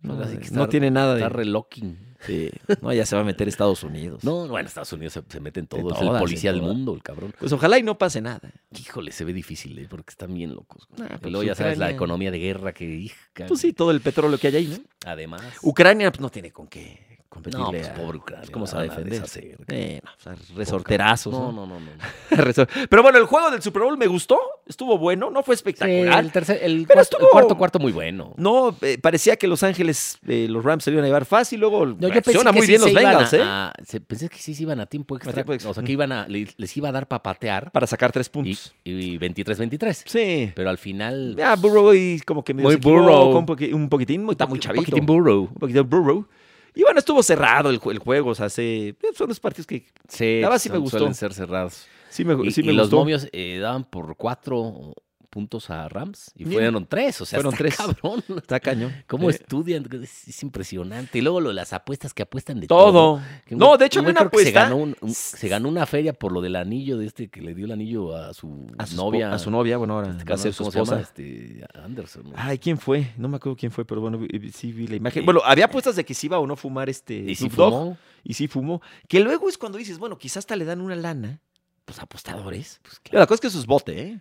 S1: No,
S2: ahora sí que
S1: no
S2: está-
S1: tiene nada
S2: Está
S1: de...
S2: relocking.
S1: Sí, No, ya se va a meter Estados Unidos.
S2: No, bueno, Estados Unidos se, se mete en todo. es el
S1: todas,
S2: policía
S1: en
S2: del
S1: todas.
S2: mundo, el cabrón.
S1: Pues ojalá y no pase nada.
S2: Híjole, se ve difícil, eh, porque están bien locos. güey.
S1: Ah,
S2: Y
S1: pues,
S2: luego ya sabes la
S1: Ucrania.
S2: economía de guerra que... hija,
S1: Pues sí, todo el petróleo que hay ahí, ¿no?
S2: Además...
S1: Ucrania pues, no tiene con qué competirle.
S2: no, pues
S1: a-
S2: pobre Ucrania.
S1: pues, ¿Cómo se va a defender? Eh, no, o sea,
S2: Resorterazos.
S1: resorterazos.
S2: No,
S1: ¿no?
S2: no, no. no, no.
S1: Resor- Pero bueno, el juego del Super Bowl me gustó. Estuvo bueno, no fue espectacular.
S2: el, tercer, el,
S1: Pero
S2: cuarto,
S1: estuvo-
S2: el cuarto cuarto muy bueno.
S1: No, eh, parecía que Los Ángeles, eh, los Rams se lo iban a llevar fácil. Luego
S2: No, yo pensé
S1: reacciona
S2: que
S1: muy
S2: sí
S1: bien
S2: se
S1: los
S2: iban
S1: Bengals,
S2: a-
S1: ¿eh?
S2: a- se- pensé que sí se iban a tiempo extra.
S1: tiempo extra.
S2: O sea, que iban a, le- les, iba a dar para patear
S1: Para sacar tres
S2: y,
S1: puntos.
S2: y 23-23.
S1: Sí.
S2: Pero al final... pues,
S1: Ya, Ah, Burrow y como que medio
S2: Muy
S1: se equivocó
S2: Burrow.
S1: Un, poqui- un poquitín, muy- está muy
S2: Un
S1: chavito.
S2: poquitín Burrow.
S1: Un poquitín Burrow. Y bueno, estuvo cerrado el, ju- el juego. O sea, se- son los partidos que
S2: Sí,
S1: La verdad sí
S2: son-
S1: me gustó.
S2: Suelen ser cerrados.
S1: sí me,
S2: Y,
S1: sí me
S2: y los
S1: gustó.
S2: momios eh, daban por cuatro puntos a Rams y
S1: Bien.
S2: fueron tres. O sea,
S1: Fueron
S2: está
S1: tres.
S2: cabrón.
S1: Está cañón.
S2: ¿Cómo
S1: Eh,
S2: estudian? Es, es impresionante. Y luego lo de las apuestas que apuestan de todo.
S1: Todo.
S2: Que un
S1: No,
S2: güey-
S1: de hecho,
S2: un
S1: había
S2: güey
S1: una
S2: creo que
S1: apuesta.
S2: Se ganó, un- un- se ganó una feria por lo del anillo de este que le dio el anillo a su
S1: a su
S2: novia.
S1: novia. A su novia, bueno, ahora
S2: Este
S1: va a
S2: cabrón,
S1: ser su
S2: ¿cómo se llama?
S1: esposa. Ah,
S2: Este, Anderson. ¿no?
S1: Ay, ¿quién fue? No me acuerdo quién fue, pero bueno, vi- vi- sí vi la imagen.
S2: Eh,
S1: Bueno, había apuestas de que si iba o no fumar este
S2: y si
S1: Snoop Dogg,
S2: fumó,
S1: y sí fumó. Que luego es cuando dices, bueno, quizás hasta le dan una lana. Pues apostadores.
S2: pues,
S1: Pero
S2: claro.
S1: la cosa es que eso es bote, ¿eh?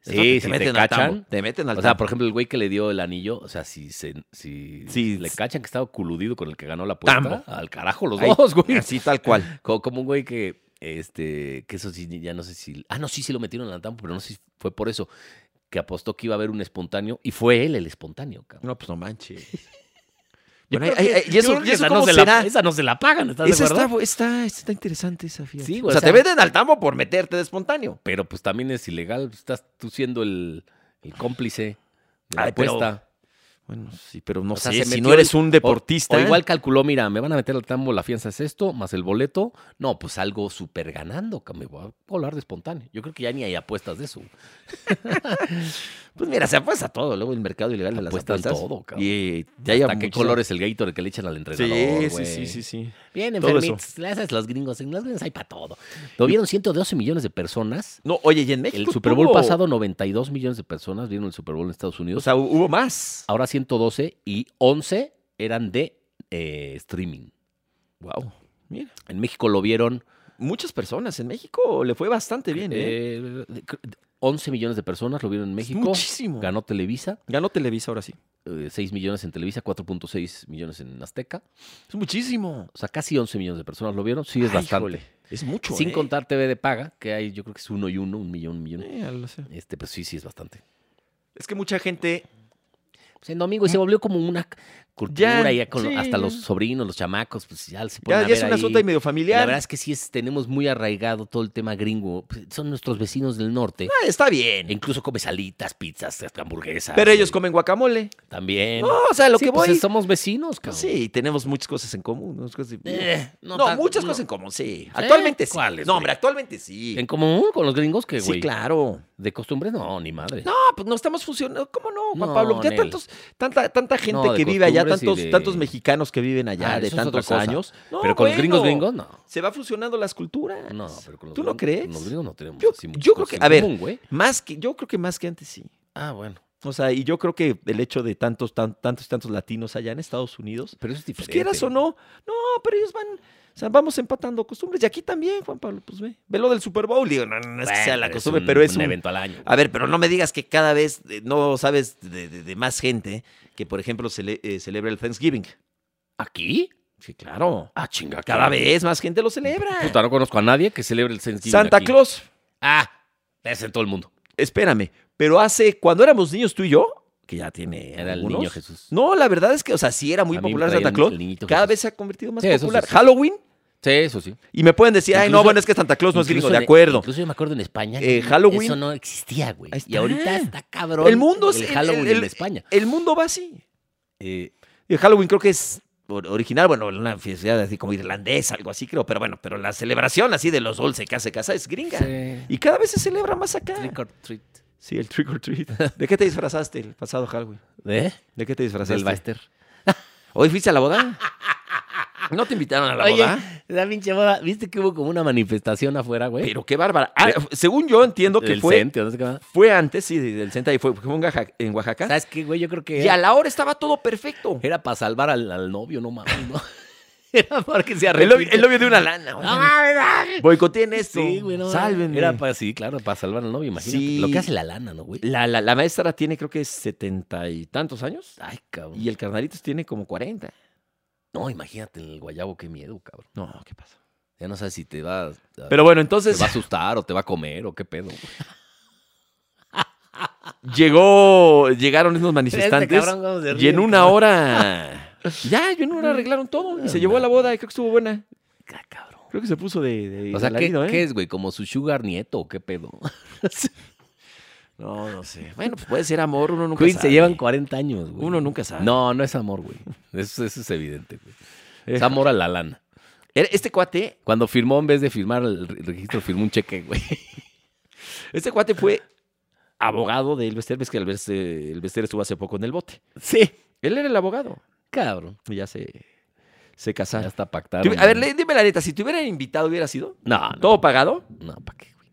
S2: Sí,
S1: Eso que
S2: si te
S1: al
S2: cachan.
S1: tambo, Te meten al
S2: O sea,
S1: tambo.
S2: por ejemplo, el güey que le dio el anillo, o sea, si, se, si
S1: Sí,
S2: le cachan que estaba coludido con el que ganó la apuesta,
S1: Tambo.
S2: al carajo los
S1: Ahí,
S2: dos, güey.
S1: Así tal cual.
S2: Co- Como, un güey que, este, que eso sí, ya no sé si. Ah, no, sí, sí lo metieron en la tampa, pero no sé si fue por eso. Que apostó que iba a haber un espontáneo y fue él el espontáneo, cabrón.
S1: No, pues no manches.
S2: Yo
S1: Bueno,
S2: creo
S1: ahí-
S2: que-
S1: ahí- ahí- y
S2: yo
S1: eso,
S2: creo que
S1: y eso
S2: esa no
S1: cómo
S2: se la-
S1: será.
S2: esa no se la pagan, ¿estás
S1: Esa
S2: de acuerdo?
S1: está, está, está interesante esa fíjate.
S2: Sí,
S1: o,
S2: güey,
S1: sea,
S2: o sea-
S1: te venden al tambo por meterte de espontáneo.
S2: Pero pues también es ilegal, estás tú siendo el, el cómplice de la
S1: Ay, pero-
S2: apuesta.
S1: Bueno, sí, pero no
S2: O sea,
S1: sé,
S2: se
S1: si
S2: metió
S1: no eres
S2: el-
S1: un
S2: O-
S1: deportista.
S2: O, igual calculó, mira, me van a meter al tambo, la fianza es esto, más el boleto. No, pues algo súper ganando, que me voy a volar de espontáneo. Yo creo que ya ni hay apuestas de eso.
S1: Pues mira, se apuesta todo. Luego el mercado ilegal de las
S2: Apuestan
S1: apuestas.
S2: todo, cabrón.
S1: Y ya hay
S2: ¿Hasta qué color es el Gator que le echan al
S1: Sí,
S2: entrenador,
S1: sí,
S2: güey?
S1: sí, sí, sí.
S2: Bien,
S1: Todo eso.
S2: enfermitos. Ya sabes, los gringos. En los gringos hay para todo. Lo vieron 112 millones de personas.
S1: No, oye, y en México.
S2: El Super Bowl
S1: tuvo-
S2: pasado, 92 millones de personas vieron el Super Bowl en Estados
S1: O
S2: Unidos.
S1: sea, hu- hubo más.
S2: Ahora 112 y 11 eran de eh, streaming.
S1: Wow. Mira.
S2: En México lo vieron
S1: Muchas personas en México le fue bastante bien, ¿eh?
S2: eh, 11 millones de personas, lo vieron en
S1: Es
S2: México.
S1: Muchísimo. Ganó.
S2: Ganó Televisa,
S1: Televisa ahora sí.
S2: eh, 6 millones en Televisa, 4.6 millones en Azteca.
S1: Es muchísimo.
S2: O sea, casi 11 millones de personas lo vieron. Sí, es
S1: Ay,
S2: bastante.
S1: híjole, Es mucho.
S2: Sin
S1: ¿eh?
S2: contar TV de paga, que hay, yo creo que es uno y uno, un millón, pues un millón.
S1: Eh, ya lo sé.
S2: Este, pero sí, sí es bastante.
S1: Es que mucha gente
S2: pues, en domingo y se volvió como una cultura
S1: Mm. Ya,
S2: ya con lo-
S1: sí,
S2: hasta
S1: ya.
S2: los sobrinos, los chamacos, pues ya se ponen
S1: Ya,
S2: a
S1: ya
S2: ver
S1: es un
S2: ahí.
S1: asunto ahí medio
S2: La
S1: familiar.
S2: verdad es que sí es- tenemos muy arraigado todo el tema gringo. Pues, son nuestros vecinos del norte.
S1: Ah, está bien.
S2: E incluso come salitas, pizzas, hamburguesas.
S1: Pero ellos
S2: eh,
S1: comen guacamole.
S2: También.
S1: No, o sea, lo
S2: Sí,
S1: que
S2: pues,
S1: voy.
S2: somos vecinos, cabrón.
S1: sí, tenemos muchas cosas en común. unas cosas-
S2: Eh,
S1: no,
S2: tan-
S1: muchas
S2: no.
S1: cosas en común, sí. Actualmente sí.
S2: ¿Cuáles,
S1: no,
S2: güey?
S1: hombre, actualmente sí.
S2: ¿En común con los gringos que,
S1: sí,
S2: güey?
S1: claro.
S2: De costumbre, no, ni madre.
S1: No, pues no estamos funcionando. ¿Cómo no, Juan
S2: No,
S1: Pablo? Ya
S2: Nel.
S1: tantos, tanta, tanta gente
S2: No, de
S1: que vive allá,
S2: costumbres y
S1: tantos,
S2: de-
S1: tantos mexicanos que viven allá
S2: Ah,
S1: de
S2: eso es otra
S1: tantos
S2: cosa.
S1: años. No,
S2: pero con los gringos,
S1: bueno,
S2: gringos, no.
S1: Se va fusionando las culturas.
S2: No, pero con los
S1: ¿Tú no
S2: gringos-
S1: crees?
S2: con Los gringos no tenemos
S1: Yo-
S2: así muchas
S1: yo creo
S2: cosas
S1: que- a
S2: en
S1: ver.
S2: común, güey.
S1: Más que, yo creo que más que antes sí.
S2: Ah, bueno.
S1: O sea, y yo creo que el hecho de tantos, tan- tantos, tantos latinos allá en Estados Unidos,
S2: Pero eso es
S1: pues
S2: diferente.
S1: quieras o no, no, pero ellos van, o sea, vamos empatando costumbres. Y aquí también, Juan Pablo, pues ve, ve lo del Super Bowl. Digo, no, no es que
S2: Bueno,
S1: sea la
S2: es
S1: costumbre,
S2: un-
S1: pero es
S2: un
S1: un,
S2: evento al año.
S1: A ver, pero no me digas que cada vez eh, no sabes de, de- de más gente que, por ejemplo, cele- eh, celebra el Thanksgiving.
S2: ¿Aquí?
S1: Sí, claro.
S2: Ah, chinga.
S1: Cada
S2: qué-
S1: vez más gente lo celebra.
S2: Puta, no conozco a nadie que celebre el Thanksgiving
S1: Santa
S2: aquí.
S1: Claus,
S2: Ah, es en todo el mundo.
S1: espérame, pero hace, cuando éramos niños tú y yo, que ya tiene
S2: Era el
S1: algunos-
S2: niño Jesús.
S1: No, la verdad es que, o sea, sí era muy
S2: A mí me
S1: popular
S2: traía
S1: Santa
S2: el-
S1: Claus.
S2: el niñito
S1: Cada
S2: Jesús.
S1: vez se ha convertido más
S2: Sí, eso sí,
S1: popular.
S2: sí.
S1: Halloween,
S2: Sí, eso sí.
S1: y me pueden decir, ay, no,
S2: Incluso-
S1: bueno, es que Santa Claus no es gringo,
S2: Incluso
S1: de
S2: en-
S1: acuerdo.
S2: Incluso yo me acuerdo en España.
S1: Eh, Halloween.
S2: Eso no existía, güey.
S1: Ahí
S2: Y
S1: está.
S2: ahorita está cabrón.
S1: El mundo es-
S2: El
S1: el-
S2: Halloween
S1: el-
S2: en España.
S1: El mundo va así.
S2: Eh,
S1: El Halloween creo que es or- original, bueno, una festividad así como irlandesa, algo así creo, pero bueno, pero la celebración así de los dulces que hace casa es gringa.
S2: sí.
S1: Y cada vez se celebra más acá.
S2: Trick or treat.
S1: Sí, el trick or treat. ¿De qué te disfrazaste el pasado Halloween?
S2: ¿Eh?
S1: ¿De qué te
S2: Del
S1: disfrazaste?
S2: Baester.
S1: ¿Hoy fuiste a la boda? ¿No te invitaron a la
S2: Oye,
S1: boda?
S2: la pinche boda. ¿Viste que hubo como una manifestación afuera, güey?
S1: Pero qué bárbara. Ah, según yo entiendo que
S2: Del
S1: fue,
S2: centro, no sé qué más.
S1: fue antes, sí, del Senta y fue, fue en Oaxaca- en Oaxaca.
S2: ¿Sabes qué, güey? Yo creo que
S1: Y a
S2: era,
S1: la hora estaba todo perfecto.
S2: para salvar al, al novio, no mames, ¿no? era para que se
S1: El novio,
S2: arrepintiera.
S1: el novio de una lana.
S2: ¡No
S1: oigan.
S2: mames, no!
S1: Boicoteen esto.
S2: Sí, güey, no.
S1: Sálvenme.
S2: Era para, sí, claro, para salvar al novio, imagínate.
S1: Sí.
S2: Lo que hace la lana, ¿no, güey?
S1: La, la- la maestra tiene creo que setenta y tantos años.
S2: Ay, cabrón.
S1: Y el carnalitos tiene como cuarenta.
S2: No, imagínate el guayabo, qué miedo, cabrón.
S1: No, ¿qué pasa?
S2: Ya no sabes si te va, a-
S1: Pero bueno,
S2: te
S1: entonces
S2: va a asustar o te va a comer o qué pedo. güey.
S1: llegó, llegaron esos manifestantes.
S2: Este cabrón, cómo se
S1: y
S2: ríe,
S1: en una
S2: cabrón.
S1: hora. ya, y en una hora arreglaron todo. Y se llevó a la boda y creo que estuvo buena.
S2: Ah, cabrón.
S1: Creo que se puso de. de
S2: O sea, ¿qué,
S1: alarido, ¿eh?
S2: qué es, güey? ¿Como su sugar nieto o qué pedo?
S1: No, no sé. Bueno, pues puede ser amor, uno nunca
S2: Queen
S1: sabe.
S2: se llevan 40 años, güey.
S1: Uno nunca sabe.
S2: No, no es amor, güey. Eso, eso es evidente, güey. Es amor a la lana.
S1: Eh. Era- Este cuate,
S2: Cuando firmó, en vez de firmar el re- registro, firmó un cheque, güey.
S1: este cuate fue abogado de Elvester, ves que Elvester, Elvester estuvo hace poco en el bote.
S2: Sí.
S1: Él era el abogado.
S2: Cabrón.
S1: Y ya se, se
S2: Ya
S1: casaron.
S2: está pactado.
S1: Tuvi- A ver, le- dime la neta, si te hubieran invitado, ¿hubiera sido?
S2: No, no.
S1: ¿Todo pagado?
S2: No, ¿para qué, güey?
S1: Ah,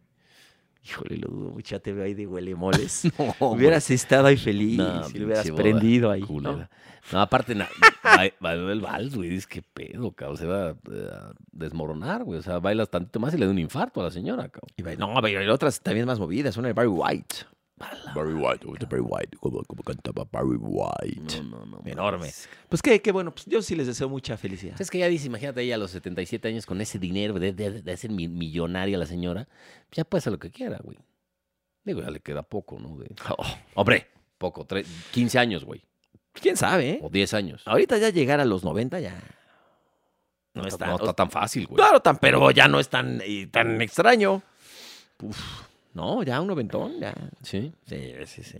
S1: Híjole, lo dudo mucho, ya te veo ahí de huelemoles.
S2: No,
S1: hubieras estado ahí feliz,
S2: No,
S1: y lo hubieras
S2: pinche boda
S1: prendido ahí.
S2: güey, culera.
S1: ¿no?
S2: No, aparte, na- ba- bailó el vals, güey. Dices, qué pedo, cabrón. Se va a, eh, a desmoronar, güey. O sea, bailas tantito más y le da un infarto a la señora, cabrón.
S1: Y va- No, pero hay otras también más movidas, una de Barry White. Barry White, Barry White, como, cantaba Barry White.
S2: No, no, no.
S1: Enorme. Pues qué, qué bueno, pues yo sí les deseo mucha felicidad.
S2: Es que ya dice, imagínate ella a los 77 años con ese dinero de, de, de hacer mi- millonaria la señora, pues ya puede hacer lo que quiera, güey. Digo, ya le queda poco, ¿no? De-
S1: Oh,
S2: Hombre, poco, tre- 15 años, güey,
S1: ¿Quién sabe? eh?
S2: o 10 años.
S1: Ahorita ya llegar a los 90 ya no, ¡Ah!
S2: No
S1: es
S2: está,
S1: tan...
S2: no está tan fácil, güey.
S1: Pues, claro, tan, pero ya no es tan, y tan extraño. Uf, no, ya un noventón, ya.
S2: Sí.
S1: Sí, sí, sí.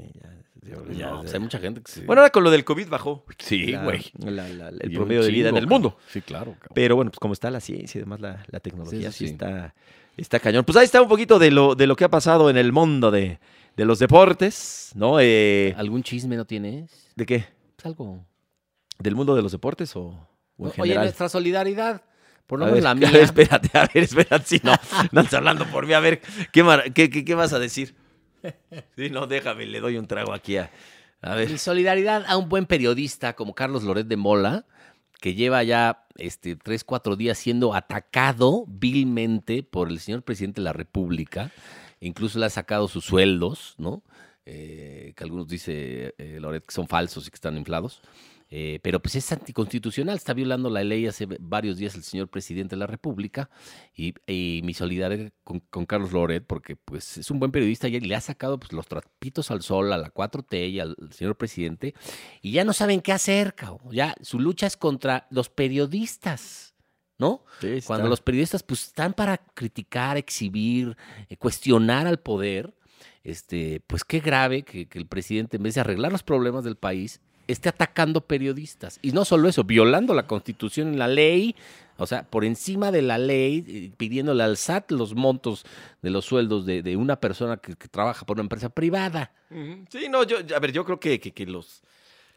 S1: ya.
S2: No, pues hay mucha gente que sí.
S1: Bueno, ahora con lo del COVID bajó.
S2: sí,
S1: la-
S2: güey.
S1: la- la- la- el
S2: Y un
S1: promedio de vida en
S2: chingo,
S1: el mundo.
S2: cabrón. Sí, claro, cabrón.
S1: Pero bueno, pues como está la ciencia y demás, la, la tecnología
S2: sí,
S1: sí,
S2: sí.
S1: está, está cañón. Pues ahí está un poquito de lo, de lo que ha pasado en el mundo de, de los deportes, ¿no? Eh,
S2: ¿Algún chisme no tienes?
S1: ¿De qué?
S2: Pues algo.
S1: ¿Del mundo de los deportes o, o en
S2: No, oye,
S1: general?
S2: nuestra solidaridad, por lo
S1: A
S2: menos
S1: ver,
S2: la
S1: a
S2: mía.
S1: ver, espérate, a ver, espérate. Si no, no estás hablando por mí. A ver, ¿qué, mar- qué, qué- qué vas a decir? Sí, no, déjame, le doy un trago aquí a. A ver.
S2: Mi solidaridad a un buen periodista como Carlos Loret de Mola, que lleva ya este, tres, cuatro días siendo atacado vilmente por el señor presidente de la República. Incluso le ha sacado sus sueldos, ¿no? Eh, que algunos dice eh, Loret que son falsos y que están inflados. Eh, pero pues es anticonstitucional, está violando la ley hace varios días el señor presidente de la República y, y mi solidaridad con, con, Carlos Loret porque pues es un buen periodista y le ha sacado pues, los trapitos al sol, a la 4T y al señor presidente y ya no saben qué hacer, cabrón. ya su lucha es contra los periodistas. ¿No? Sí, Cuando los periodistas pues, están para criticar, exhibir, eh, cuestionar al poder, este, pues qué grave que, que el presidente, en vez de arreglar los problemas del país, esté atacando periodistas. Y no solo eso, violando la constitución y la ley, o sea, por encima de la ley, eh, pidiéndole al SAT los montos de los sueldos de, de una persona que, que, trabaja por una empresa privada.
S1: Sí, no, yo, a ver, yo creo que, que, que los,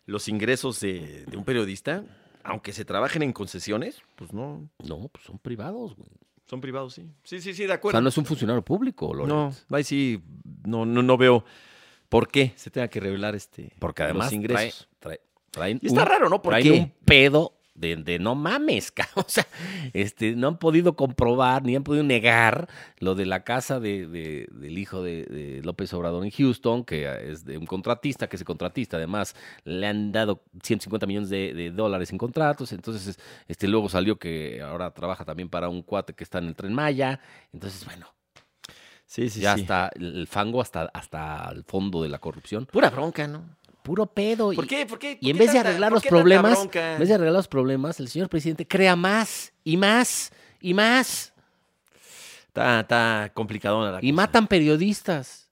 S1: los ingresos de, de, un periodista, aunque se trabajen en concesiones, pues no.
S2: No, pues son privados, güey.
S1: Son privados, sí. Sí, sí, sí, de acuerdo.
S2: O sea, no es un funcionario público, Loret.
S1: No, ahí sí, no, no, no veo por qué se tenga que revelar este
S2: porque además
S1: los ingresos.
S2: Trae, trae, traen
S1: y está
S2: un,
S1: raro, ¿no?
S2: Porque traen un pedo de, de no mames, cabrón. o sea, este, no han podido comprobar ni han podido negar lo de la casa de, de, del hijo de, López Obrador en Houston, que es de un contratista, que ese contratista además le han dado 150 millones de, dólares en contratos, entonces este, luego salió que ahora trabaja también para un cuate que está en el tren Maya, entonces bueno,
S1: Sí, sí,
S2: ya
S1: sí.
S2: está el fango hasta, hasta el fondo de la corrupción.
S1: Pura bronca, ¿no?
S2: Puro pedo.
S1: ¿Por qué? ¿Por qué?
S2: y en vez de arreglar los problemas, en vez de arreglar los problemas, el señor presidente crea más y más y más.
S1: Está, está complicadona la
S2: Y cosa. matan periodistas.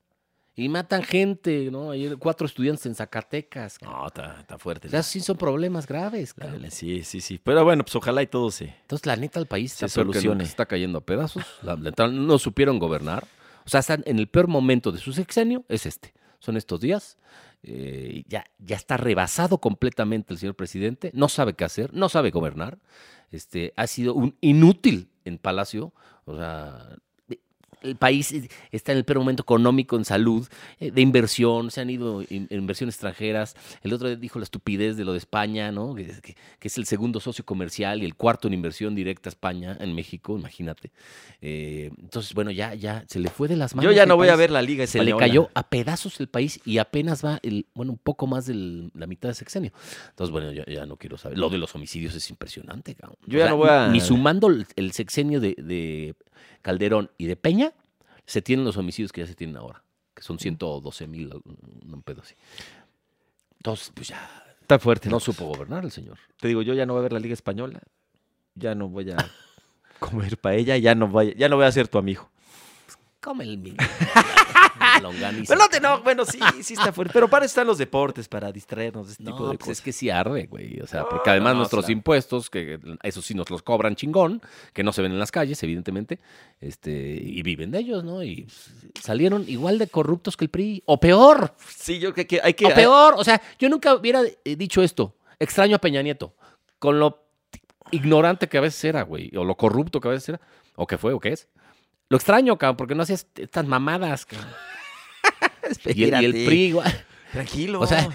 S2: Y matan gente, ¿no? Ayer cuatro estudiantes en Zacatecas.
S1: Cara. No, está, está fuerte.
S2: O sea, sí son problemas graves. Cara.
S1: Dale, sí, sí, sí. Pero bueno, pues ojalá y todo se...
S2: Entonces, la neta, el país
S1: se solucione.
S2: Está cayendo a pedazos. La, la, no supieron gobernar. O sea, están en el peor momento de su sexenio, es este. Son estos días. Eh, ya, ya está rebasado completamente el señor presidente. No sabe qué hacer, no sabe gobernar. Este, ha sido un inútil en Palacio. O sea, el país está en el peor momento económico, en salud, eh, de inversión, se han ido in inversiones extranjeras. El otro día dijo la estupidez de lo de España, ¿no? Que, que, que, es el segundo socio comercial y el cuarto en inversión directa a España en México, imagínate. Eh, entonces, bueno, ya, ya se le fue de las manos.
S1: Yo ya no
S2: país.
S1: voy a ver la liga
S2: Se le cayó a pedazos el país y apenas va, el, bueno, un poco más de la mitad de sexenio. Entonces, bueno, yo ya no quiero saber. Lo de los homicidios es impresionante, cabrón.
S1: Yo o ya sea, no voy a...
S2: Ni sumando el sexenio de, de Calderón y de Peña, se tienen los homicidios que ya se tienen ahora, que
S1: Mm.
S2: son 112 mil, un pedo así. Entonces, pues ya.
S1: Está fuerte.
S2: No supo gobernar el señor.
S1: Te digo, yo ya no voy a ver la Liga Española, ya no voy a comer paella, ya no voy, ya no voy a ser tu amigo.
S2: Pues come el mío.
S1: Pero no, te, no, bueno, sí, sí está fuerte. Pero para están los deportes, para distraernos de este no, tipo de
S2: pues
S1: cosas.
S2: Es que sí arde, güey. O sea, no, porque además nuestros o sea, impuestos, que esos sí nos los cobran chingón, que no se ven en las calles, evidentemente, este, y viven de ellos, ¿no? Y salieron igual de corruptos que el PRI, o peor.
S1: pues, Sí, yo creo que hay que.
S2: O peor. O sea, yo nunca hubiera eh, dicho esto. Extraño a Peña Nieto. Con lo ignorante que a veces era, güey, o lo corrupto que a veces era, o que fue, o que es. Lo extraño, cabrón, porque no hacías estas mamadas, cabrón. Y el, y el, PRI igual.
S1: Tranquilo.
S2: O sea,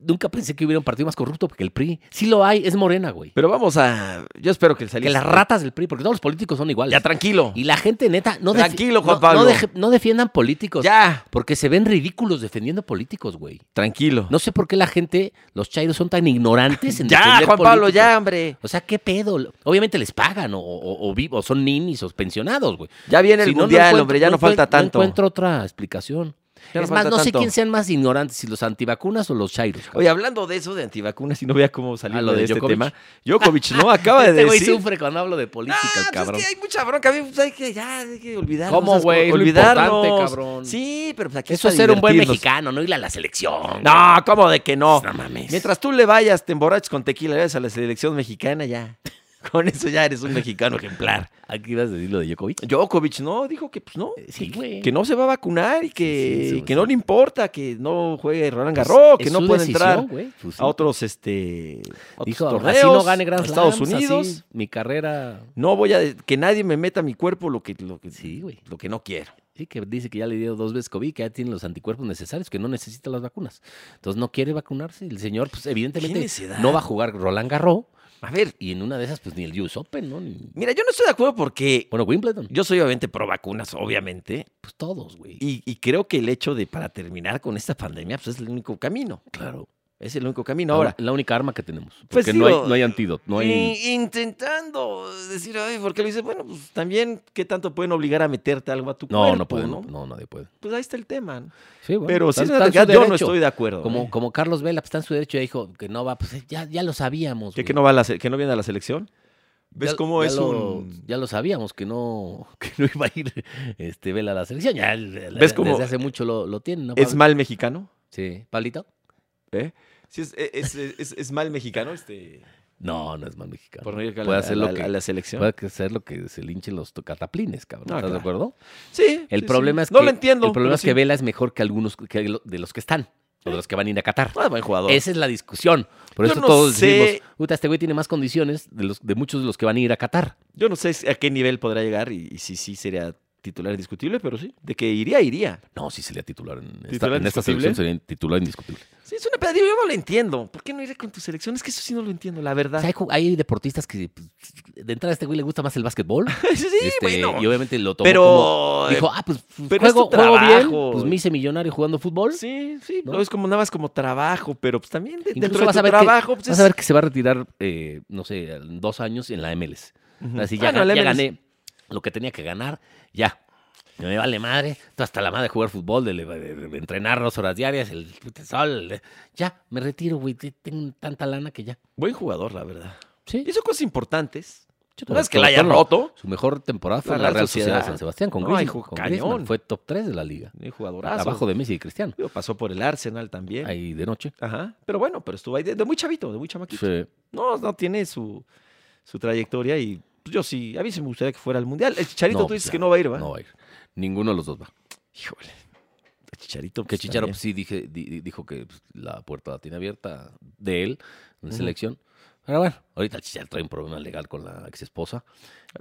S2: nunca pensé que hubiera un partido más corrupto porque el PRI. Sí lo hay, es morena, güey.
S1: Pero vamos a. Yo espero que el
S2: Que las ratas del PRI, porque todos los políticos son iguales.
S1: Ya, tranquilo.
S2: Y la gente neta. No
S1: tranquilo, Juan
S2: no,
S1: Pablo.
S2: No, no, defiendan políticos.
S1: Ya.
S2: Porque se ven ridículos defendiendo políticos, güey.
S1: Tranquilo.
S2: No sé por qué la gente, los chairos, son tan ignorantes en
S1: Ya,
S2: defender
S1: Juan
S2: políticos.
S1: Pablo, ya, hombre.
S2: O sea, ¿qué pedo? Obviamente les pagan o, o, o, o son ninis o pensionados, güey.
S1: Ya viene el
S2: Si no, no
S1: mundial,
S2: encuentro-
S1: hombre, ya no,
S2: encuentro-
S1: falta tanto.
S2: No encuentro otra explicación.
S1: Ya no
S2: es más,
S1: falta
S2: no sé
S1: tanto.
S2: quién sean más ignorantes, si los antivacunas o los chairos. cabrón.
S1: Oye, hablando de eso, de antivacunas, y no vea cómo salir
S2: Ah, lo
S1: de,
S2: de
S1: este
S2: Djokovic.
S1: tema. Djokovic no acaba de
S2: Este güey
S1: decir.
S2: sufre cuando hablo de política,
S1: Ah,
S2: el
S1: pues
S2: cabrón.
S1: es que hay mucha bronca. a mí, pues, hay que ya, hay que olvidarnos.
S2: ¿Cómo,
S1: esas
S2: güey?
S1: cosas,
S2: Es lo
S1: Olvidarnos.
S2: importante, cabrón.
S1: Sí, pero pues aquí
S2: Eso
S1: es
S2: es ser un buen
S1: divertirnos.
S2: mexicano, no ir a la selección. Pues,
S1: No, ¿cómo de que Pues, no?
S2: No mames.
S1: Mientras tú le vayas, te emborrachas con tequila, le vayas a la selección mexicana, ya. Con eso ya eres un mexicano ejemplar.
S2: Aquí ibas a decir lo de Djokovic.
S1: Djokovic no, dijo que pues no,
S2: Sí, güey.
S1: que no se va a vacunar y que,
S2: Sí, sí, sí,
S1: que
S2: sí.
S1: no le importa, que no juegue Roland
S2: Pues,
S1: Garros, que
S2: es
S1: no
S2: su
S1: puede
S2: decisión,
S1: entrar
S2: güey. Pues sí.
S1: a otros este otros
S2: Dijo,
S1: torneos,
S2: así no gane Grand
S1: a Estados
S2: Slams, así
S1: Unidos.
S2: mi carrera.
S1: No voy a que nadie me meta a mi cuerpo lo que lo que
S2: Sí, güey.
S1: lo que no quiero.
S2: Sí, que dice que ya le dio dos veces COVID, que ya tiene los anticuerpos necesarios, que no necesita las vacunas. Entonces no quiere vacunarse. El señor, pues
S1: ¿Qué
S2: evidentemente,
S1: necesidad?
S2: no va a jugar Roland Garros.
S1: A ver,
S2: Y en una de esas, pues ni el US Open, ¿no? Ni-
S1: mira, yo no estoy de acuerdo porque
S2: Bueno, Wimbledon.
S1: yo soy obviamente pro vacunas, obviamente,
S2: Pues todos, güey.
S1: y, y creo que el hecho de para terminar con esta pandemia pues es el único camino. Claro. Es el único camino. Ahora,
S2: la única arma que tenemos. Porque
S1: Pues
S2: no, hay,
S1: digo, eh,
S2: no hay antídoto. No hay...
S1: Y intentando decir, ay, ¿por qué lo hice? Bueno, pues también, ¿qué tanto pueden obligar a meterte algo a tu
S2: No,
S1: cuerpo?
S2: no puede. No, no, nadie puede.
S1: Pues ahí está el tema. ¿no?
S2: Sí, bueno,
S1: Pero sí,
S2: está-
S1: es
S2: está
S1: una
S2: en su
S1: realidad, yo no
S2: derecho.
S1: estoy de acuerdo.
S2: Como,
S1: ¿eh?
S2: como Carlos Vela, pues está en su derecho, ya dijo que no va, pues ya, ya lo sabíamos.
S1: ¿Que,
S2: güey.
S1: que no va a la se- que no viene a la selección? ¿Ves
S2: Ya-
S1: cómo
S2: ya
S1: es
S2: lo,
S1: un...?
S2: Ya lo sabíamos que no, que no iba a ir este, Vela a la selección. Ya, la-
S1: ¿Ves cómo
S2: desde hace mucho lo, lo tienen, ¿no?
S1: ¿Es
S2: Pablo?
S1: mal mexicano?
S2: Sí. ¿Pablito?
S1: ¿Eh? Sí, es, es- e, es- es- es mal mexicano este...
S2: No, no es mal mexicano.
S1: Por no ir a la,
S2: puede hacer
S1: a la-
S2: lo que,
S1: a la selección.
S2: puede hacer lo que se linchen los to- cataplines, cabrón.
S1: Ah,
S2: ¿Estás
S1: claro.
S2: de acuerdo?
S1: Sí.
S2: El
S1: sí, sí.
S2: problema es que.
S1: No lo entiendo.
S2: El problema
S1: pero
S2: es que
S1: sí.
S2: Vela es mejor que algunos que lo- de los que están, o de los que van a ir a Qatar.
S1: Ah, buen jugador.
S2: Esa es la discusión. Por
S1: Yo
S2: eso
S1: no
S2: todos
S1: sé.
S2: decimos, puta, este güey tiene más condiciones de, los, de muchos de los que van a ir a Qatar.
S1: Yo no sé a qué nivel podrá llegar y, y si sí sería titular indiscutible, pero sí. De que iría, iría.
S2: No, sí sería titular en esta,
S1: ¿Titular
S2: en esta
S1: indiscutible?
S2: selección, sería titular indiscutible.
S1: Sí, es una pedadilla, yo no lo entiendo. ¿Por qué no iré con tu selección? Es que eso sí no lo entiendo, la
S2: O
S1: verdad.
S2: sea, hay, ju- hay deportistas que pues, de entrada a este güey le gusta más el básquetbol.
S1: sí,
S2: Este,
S1: bueno.
S2: Y obviamente lo tomó como...
S1: pero. eh,
S2: Dijo, ah, pues
S1: pero es
S2: juego,
S1: tu
S2: juego bien,
S1: trabajo.
S2: pues me hice millonario jugando fútbol.
S1: Sí, sí,
S2: ¿no?
S1: lo ves como nada más como trabajo, pero pues también de-
S2: Incluso
S1: dentro de
S2: vas a
S1: tu
S2: ver que-
S1: trabajo, pues
S2: Vas
S1: es-
S2: a ver que se va a retirar, eh, no sé, en dos años en la MLS.
S1: Ujú. Ah,
S2: Así ya,
S1: Bueno,
S2: ga-
S1: el
S2: ya
S1: MLS.
S2: gané lo que tenía que ganar, ya. Me vale madre, tú hasta la madre de jugar fútbol, de, de- de entrenar dos horas diarias, el puto sol. de- ya, me retiro, güey. te- Tengo tanta lana que ya.
S1: Buen jugador, la verdad.
S2: Sí.
S1: Hizo cosas importantes.
S2: Yo
S1: No es que la
S2: haya
S1: haya roto.
S2: Su mejor temporada fue en la Real Sociedad de San Sebastián con
S1: No,
S2: Griezmann.
S1: hijo,
S2: con
S1: cañón.
S2: Griezmann, Fue top 3 de la liga.
S1: Un jugadorazo.
S2: Abajo de Messi y Cristiano.
S1: Digo, Pasó por el Arsenal también.
S2: Ahí de noche.
S1: Ajá. Pero bueno, pero estuvo ahí de, de muy chavito, de muy chamaquito.
S2: Sí.
S1: No, no tiene su, su trayectoria y pues, yo sí, a mí sí me gustaría que fuera al Mundial. El Chicharito
S2: No,
S1: tú dices
S2: ya,
S1: que no va a ir, ¿va?
S2: No va a ir. Ninguno de los dos va.
S1: Híjole. El Chicharito.
S2: Que
S1: pues,
S2: Chicharo pues,
S1: también.
S2: sí dije, di- di- dijo que pues, la puerta la tiene abierta de él en la
S1: Ujú.
S2: selección. Pero bueno, ahorita el Chicharo trae un problema legal con la ex esposa.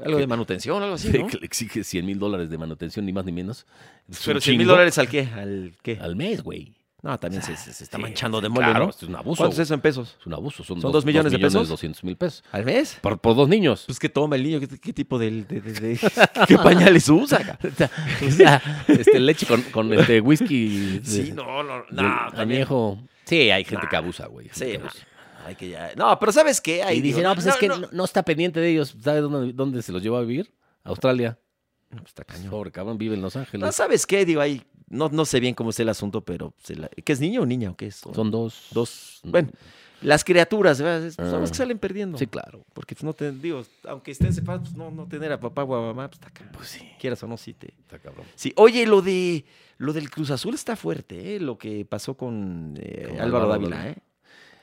S1: Algo de manutención, algo así, ¿no?
S2: Que le exige 100 mil dólares de manutención, ni más ni menos. Es un
S1: Pero 100 mil
S2: chingo
S1: dólares al qué? ¿Al qué?
S2: al mes, güey.
S1: No, también se,
S2: Ah,
S1: se- se está
S2: sí,
S1: manchando de mole,
S2: Claro,
S1: ¿no?
S2: es un abuso.
S1: ¿Cuánto es
S2: güey.
S1: eso en pesos?
S2: Es un abuso. Son,
S1: ¿Son dos millones de pesos?
S2: 200 mil pesos.
S1: ¿Al mes?
S2: Por, por dos niños.
S1: Pues que toma el niño, ¿qué, qué tipo de, de- de- de- qué pañales usa? ca?
S2: O sea, o sea, este, leche con, con este whisky.
S1: Sí,
S2: de-
S1: no, no, no,
S2: del
S1: también.
S2: añejo. Sí, hay gente que abusa, güey. hay gente
S1: Sí,
S2: que
S1: no.
S2: abusa.
S1: Hay que ya. No, pero ¿sabes qué? Ahí
S2: y dice,
S1: digo,
S2: no, pues es que no. no está pendiente de ellos. ¿Sabe dónde, dónde se los llevó a vivir? A Australia.
S1: No, pues, está cañón.
S2: Pobre cabrón, vive en Los
S1: No,
S2: Ángeles.
S1: ¿sabes qué? Digo, ahí, no, no sé bien cómo es el asunto, pero se la- ¿qué es niño o niña o qué es?
S2: Son dos.
S1: dos. Bueno, las criaturas, ¿verdad? Es-
S2: Ah.
S1: Son las que salen perdiendo.
S2: Sí, claro.
S1: Porque pues, no te, digo, aunque estén separados, pues, no, no tener a papá o a mamá, pues está acá.
S2: Pues sí,
S1: Quieras o no, sí te.
S2: está cabrón.
S1: Sí, oye, lo de lo del Cruz Azul está fuerte, ¿eh? Lo que pasó con, eh,
S2: Con
S1: Álvaro,
S2: Álvaro
S1: Dávila,
S2: Dávila.
S1: ¿eh?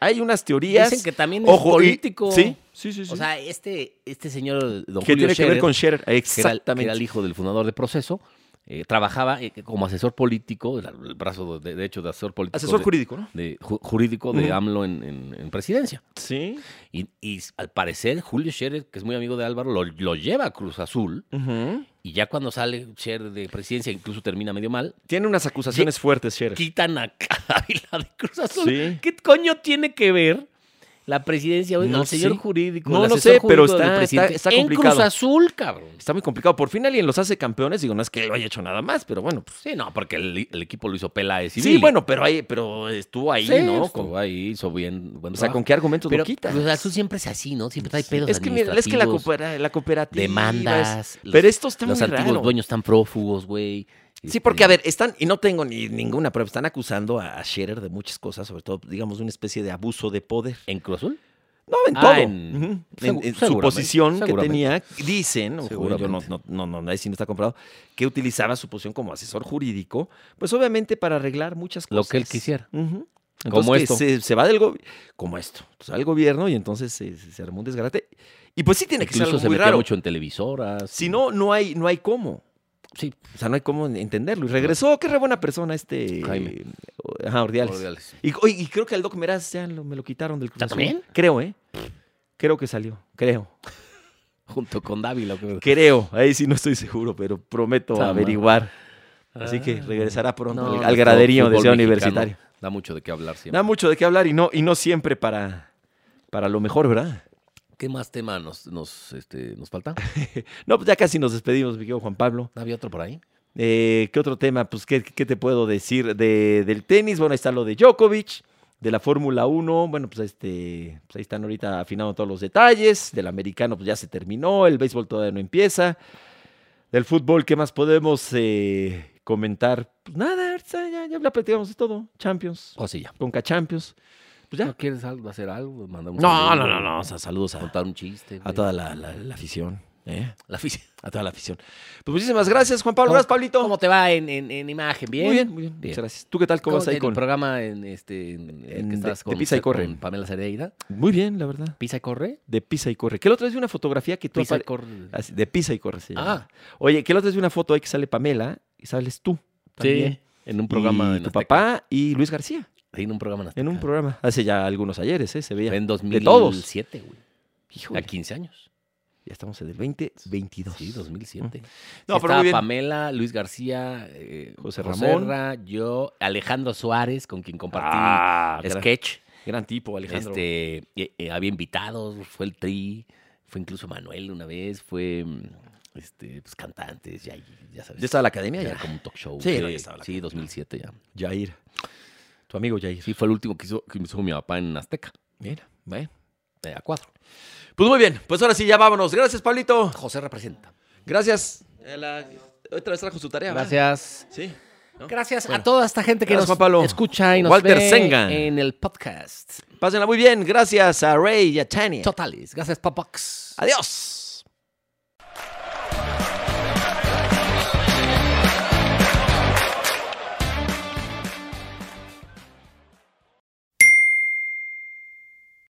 S1: Hay unas teorías.
S2: Dicen que también es
S1: y-
S2: político.
S1: sí, sí, sí.
S2: O
S1: sí.
S2: sea, este, este señor, don
S1: que
S2: Julio
S1: tiene que ver
S2: Scherer,
S1: con Scherer.
S2: que era, el- que
S1: Exactamente.
S2: era el hijo del fundador de Proceso, eh, trabajaba eh, como asesor político, era el brazo de, de hecho de asesor político.
S1: Asesor
S2: de-
S1: jurídico, ¿no?
S2: de ju- jurídico de
S1: Ujú.
S2: AMLO en, en- en presidencia.
S1: Sí.
S2: Y, y al parecer, Julio Scherer, que es muy amigo de Álvaro, lo, lo lleva a Cruz Azul.
S1: Ujú.
S2: Y ya cuando sale Scherer de presidencia, incluso termina medio mal,
S1: Tiene unas acusaciones fuertes, Scherer.
S2: quitan a Ávila de Cruz Azul.
S1: Sí.
S2: ¿Qué coño tiene que ver la presidencia hoy
S1: No
S2: el señor
S1: sé.
S2: jurídico?
S1: No,
S2: el
S1: no
S2: asesor
S1: sé, pero
S2: jurídico del
S1: está-
S2: presidente
S1: está- está
S2: en Cruz
S1: complicado.
S2: Azul, cabrón.
S1: Está muy complicado. Por fin alguien los hace campeones. Digo, no es que lo haya hecho nada más, pero bueno. pues,
S2: Sí, no, porque el, el equipo lo hizo Peláez y
S1: sí,
S2: Billy.
S1: bueno, pero, ahí, pero estuvo ahí,
S2: Sí,
S1: ¿no?
S2: estuvo
S1: Con-
S2: ahí hizo bien. ah, buen
S1: o sea,
S2: trabajo.
S1: ¿con qué argumentos
S2: pero
S1: lo quita?
S2: Cruz Azul siempre es así, ¿no? Siempre trae pedos
S1: es que, mira, es que la,
S2: administrativos.
S1: coopera- la cooperativa. es-
S2: demandas. los-
S1: pero esto está
S2: los
S1: muy
S2: antiguos
S1: raro.
S2: dueños están prófugos, güey.
S1: Sí, porque
S2: Este
S1: a ver, están, y no tengo ni ninguna prueba, están acusando a Scherer de muchas cosas, sobre todo, digamos, de una especie de abuso de poder.
S2: ¿En Cruz Azul?
S1: No, en
S2: Ah,
S1: todo.
S2: en-
S1: Ujú. En- en su
S2: seguramente,
S1: posición que
S2: seguramente.
S1: tenía, dicen, ojo, yo no,
S2: Seguramente.
S1: no, no, no, ahí sí no está comprobado, que utilizaba su posición como asesor jurídico, pues obviamente para arreglar muchas
S2: Lo
S1: cosas.
S2: que él quisiera.
S1: Ujú.
S2: Como
S1: pues Entonces, que
S2: esto.
S1: Se, se va del gobierno. Como esto. Se va del gobierno y entonces se, se- se armó un desgarate. Y pues sí tiene que ser
S2: Incluso
S1: algo
S2: se
S1: muy
S2: metía
S1: raro.
S2: mucho en televisoras.
S1: Si no, no hay, no hay cómo.
S2: Sí.
S1: O sea, no hay cómo entenderlo. Y regresó, qué re buena persona este.
S2: Jaime.
S1: eh, Ajá, Ordiales.
S2: Ordiales.
S1: Y, oye, y creo que al Doc Meraz ya lo- me lo quitaron del Cruz
S2: ¿Ya
S1: Azul.
S2: también?
S1: Creo, ¿eh? Creo que salió. Creo.
S2: Junto con Dávila. creo.
S1: Creo. Ahí sí no estoy seguro, pero prometo
S2: Está mal.
S1: averiguar. Así que
S2: Ah.
S1: regresará pronto
S2: No,
S1: al- al,
S2: nuestro
S1: graderío de
S2: fútbol
S1: Ciudad
S2: mexicano
S1: Universitaria.
S2: Da mucho de qué hablar siempre.
S1: Da mucho de qué hablar y no, y no siempre para, para lo mejor, ¿verdad?
S2: ¿Qué más tema nos, nos, este, nos falta?
S1: No, pues ya casi nos despedimos, mi querido Juan Pablo.
S2: ¿Había otro por ahí?
S1: Eh, ¿Qué otro tema? Pues, ¿qué, qué te puedo decir de- del tenis? Bueno, ahí está lo de Djokovic. de la Fórmula 1, bueno, pues, este, pues ahí están ahorita afinando todos los detalles. Del americano, pues ya se terminó. El béisbol todavía no empieza. Del fútbol, ¿qué más podemos eh, comentar? Pues nada, ya, ya, ya platicamos de todo. Champions,
S2: O sí, ya.
S1: Conca Champions. Pues ya.
S2: ¿No quieres algo, hacer algo? Mandamos
S1: No, no, no, no. O sea, saludos a,
S2: Contar un chiste.
S1: a
S2: güey.
S1: toda la, la- la afición. ¿eh?
S2: La afición.
S1: A toda la afición. Pues muchísimas gracias, Juan Pablo. Gracias, Pablito.
S2: ¿Cómo te va en, en- en imagen? ¿Bien?
S1: Muy bien, muy bien. Muchas gracias. ¿Tú qué tal? ¿Cómo vas ahí
S2: en
S1: con...?
S2: el programa en este en el
S1: En de-
S2: que estás
S1: de
S2: con,
S1: Pisa y Corre.
S2: con Pamela Cereira?
S1: Muy bien, la verdad.
S2: ¿Pisa y corre?
S1: De pisa y corre. Que la otra vez vi una fotografía que tú...
S2: Pisa y
S1: apare-
S2: corre.
S1: Así, de pisa y corre se llama.
S2: Ah,
S1: Oye, que la otra vez vi una foto ahí que sale Pamela y sales tú. también.
S2: sí. En un programa
S1: Y
S2: en
S1: tu
S2: Azteca.
S1: papá y Luis García.
S2: Sí, en un programa en
S1: En un
S2: Azteca.
S1: programa. Hace ya algunos ayeres, ¿eh? Se veía.
S2: En
S1: todos.
S2: 2007, güey.
S1: Híjole,
S2: A 15 años.
S1: ya estamos en el 2022.
S2: Sí, 2007.
S1: No,
S2: Mm. No,
S1: pero muy bien.
S2: Pamela, Luis García, eh,
S1: José
S2: José
S1: Ramón.
S2: Ramón, yo, Alejandro Suárez, con quien compartí
S1: Ah, gran,
S2: sketch.
S1: gran tipo, Alejandro.
S2: Este, eh, eh, había invitados, fue el Tri, fue incluso Manuel una vez, fue mm, este, pues, cantantes, ya, ya sabes.
S1: ¿Ya estaba la academia?
S2: Ya
S1: Ya.
S2: era como un talk show.
S1: Sí, no, ya estaba la
S2: sí, 2007 ya.
S1: Jair. Tu amigo Jair.
S2: Sí, fue el último que hizo, que hizo mi papá en Azteca,
S1: Mira, bueno.
S2: eh, a cuadro.
S1: Pues muy bien. Pues ahora sí, ya vámonos. Gracias, Pablito.
S2: José representa.
S1: Gracias. Eh, la- Otra vez trajo su tarea. ¿verdad?
S2: Gracias.
S1: Sí. ¿no?
S2: Gracias
S1: Bueno.
S2: a toda esta gente que
S1: Gracias,
S2: nos
S1: Juan Pablo.
S2: escucha y nos
S1: Walter
S2: ve
S1: Senga.
S2: en el podcast.
S1: Pásenla muy bien. Gracias a Ray y a Tania.
S2: Totales. Gracias, Papax.
S1: Adiós.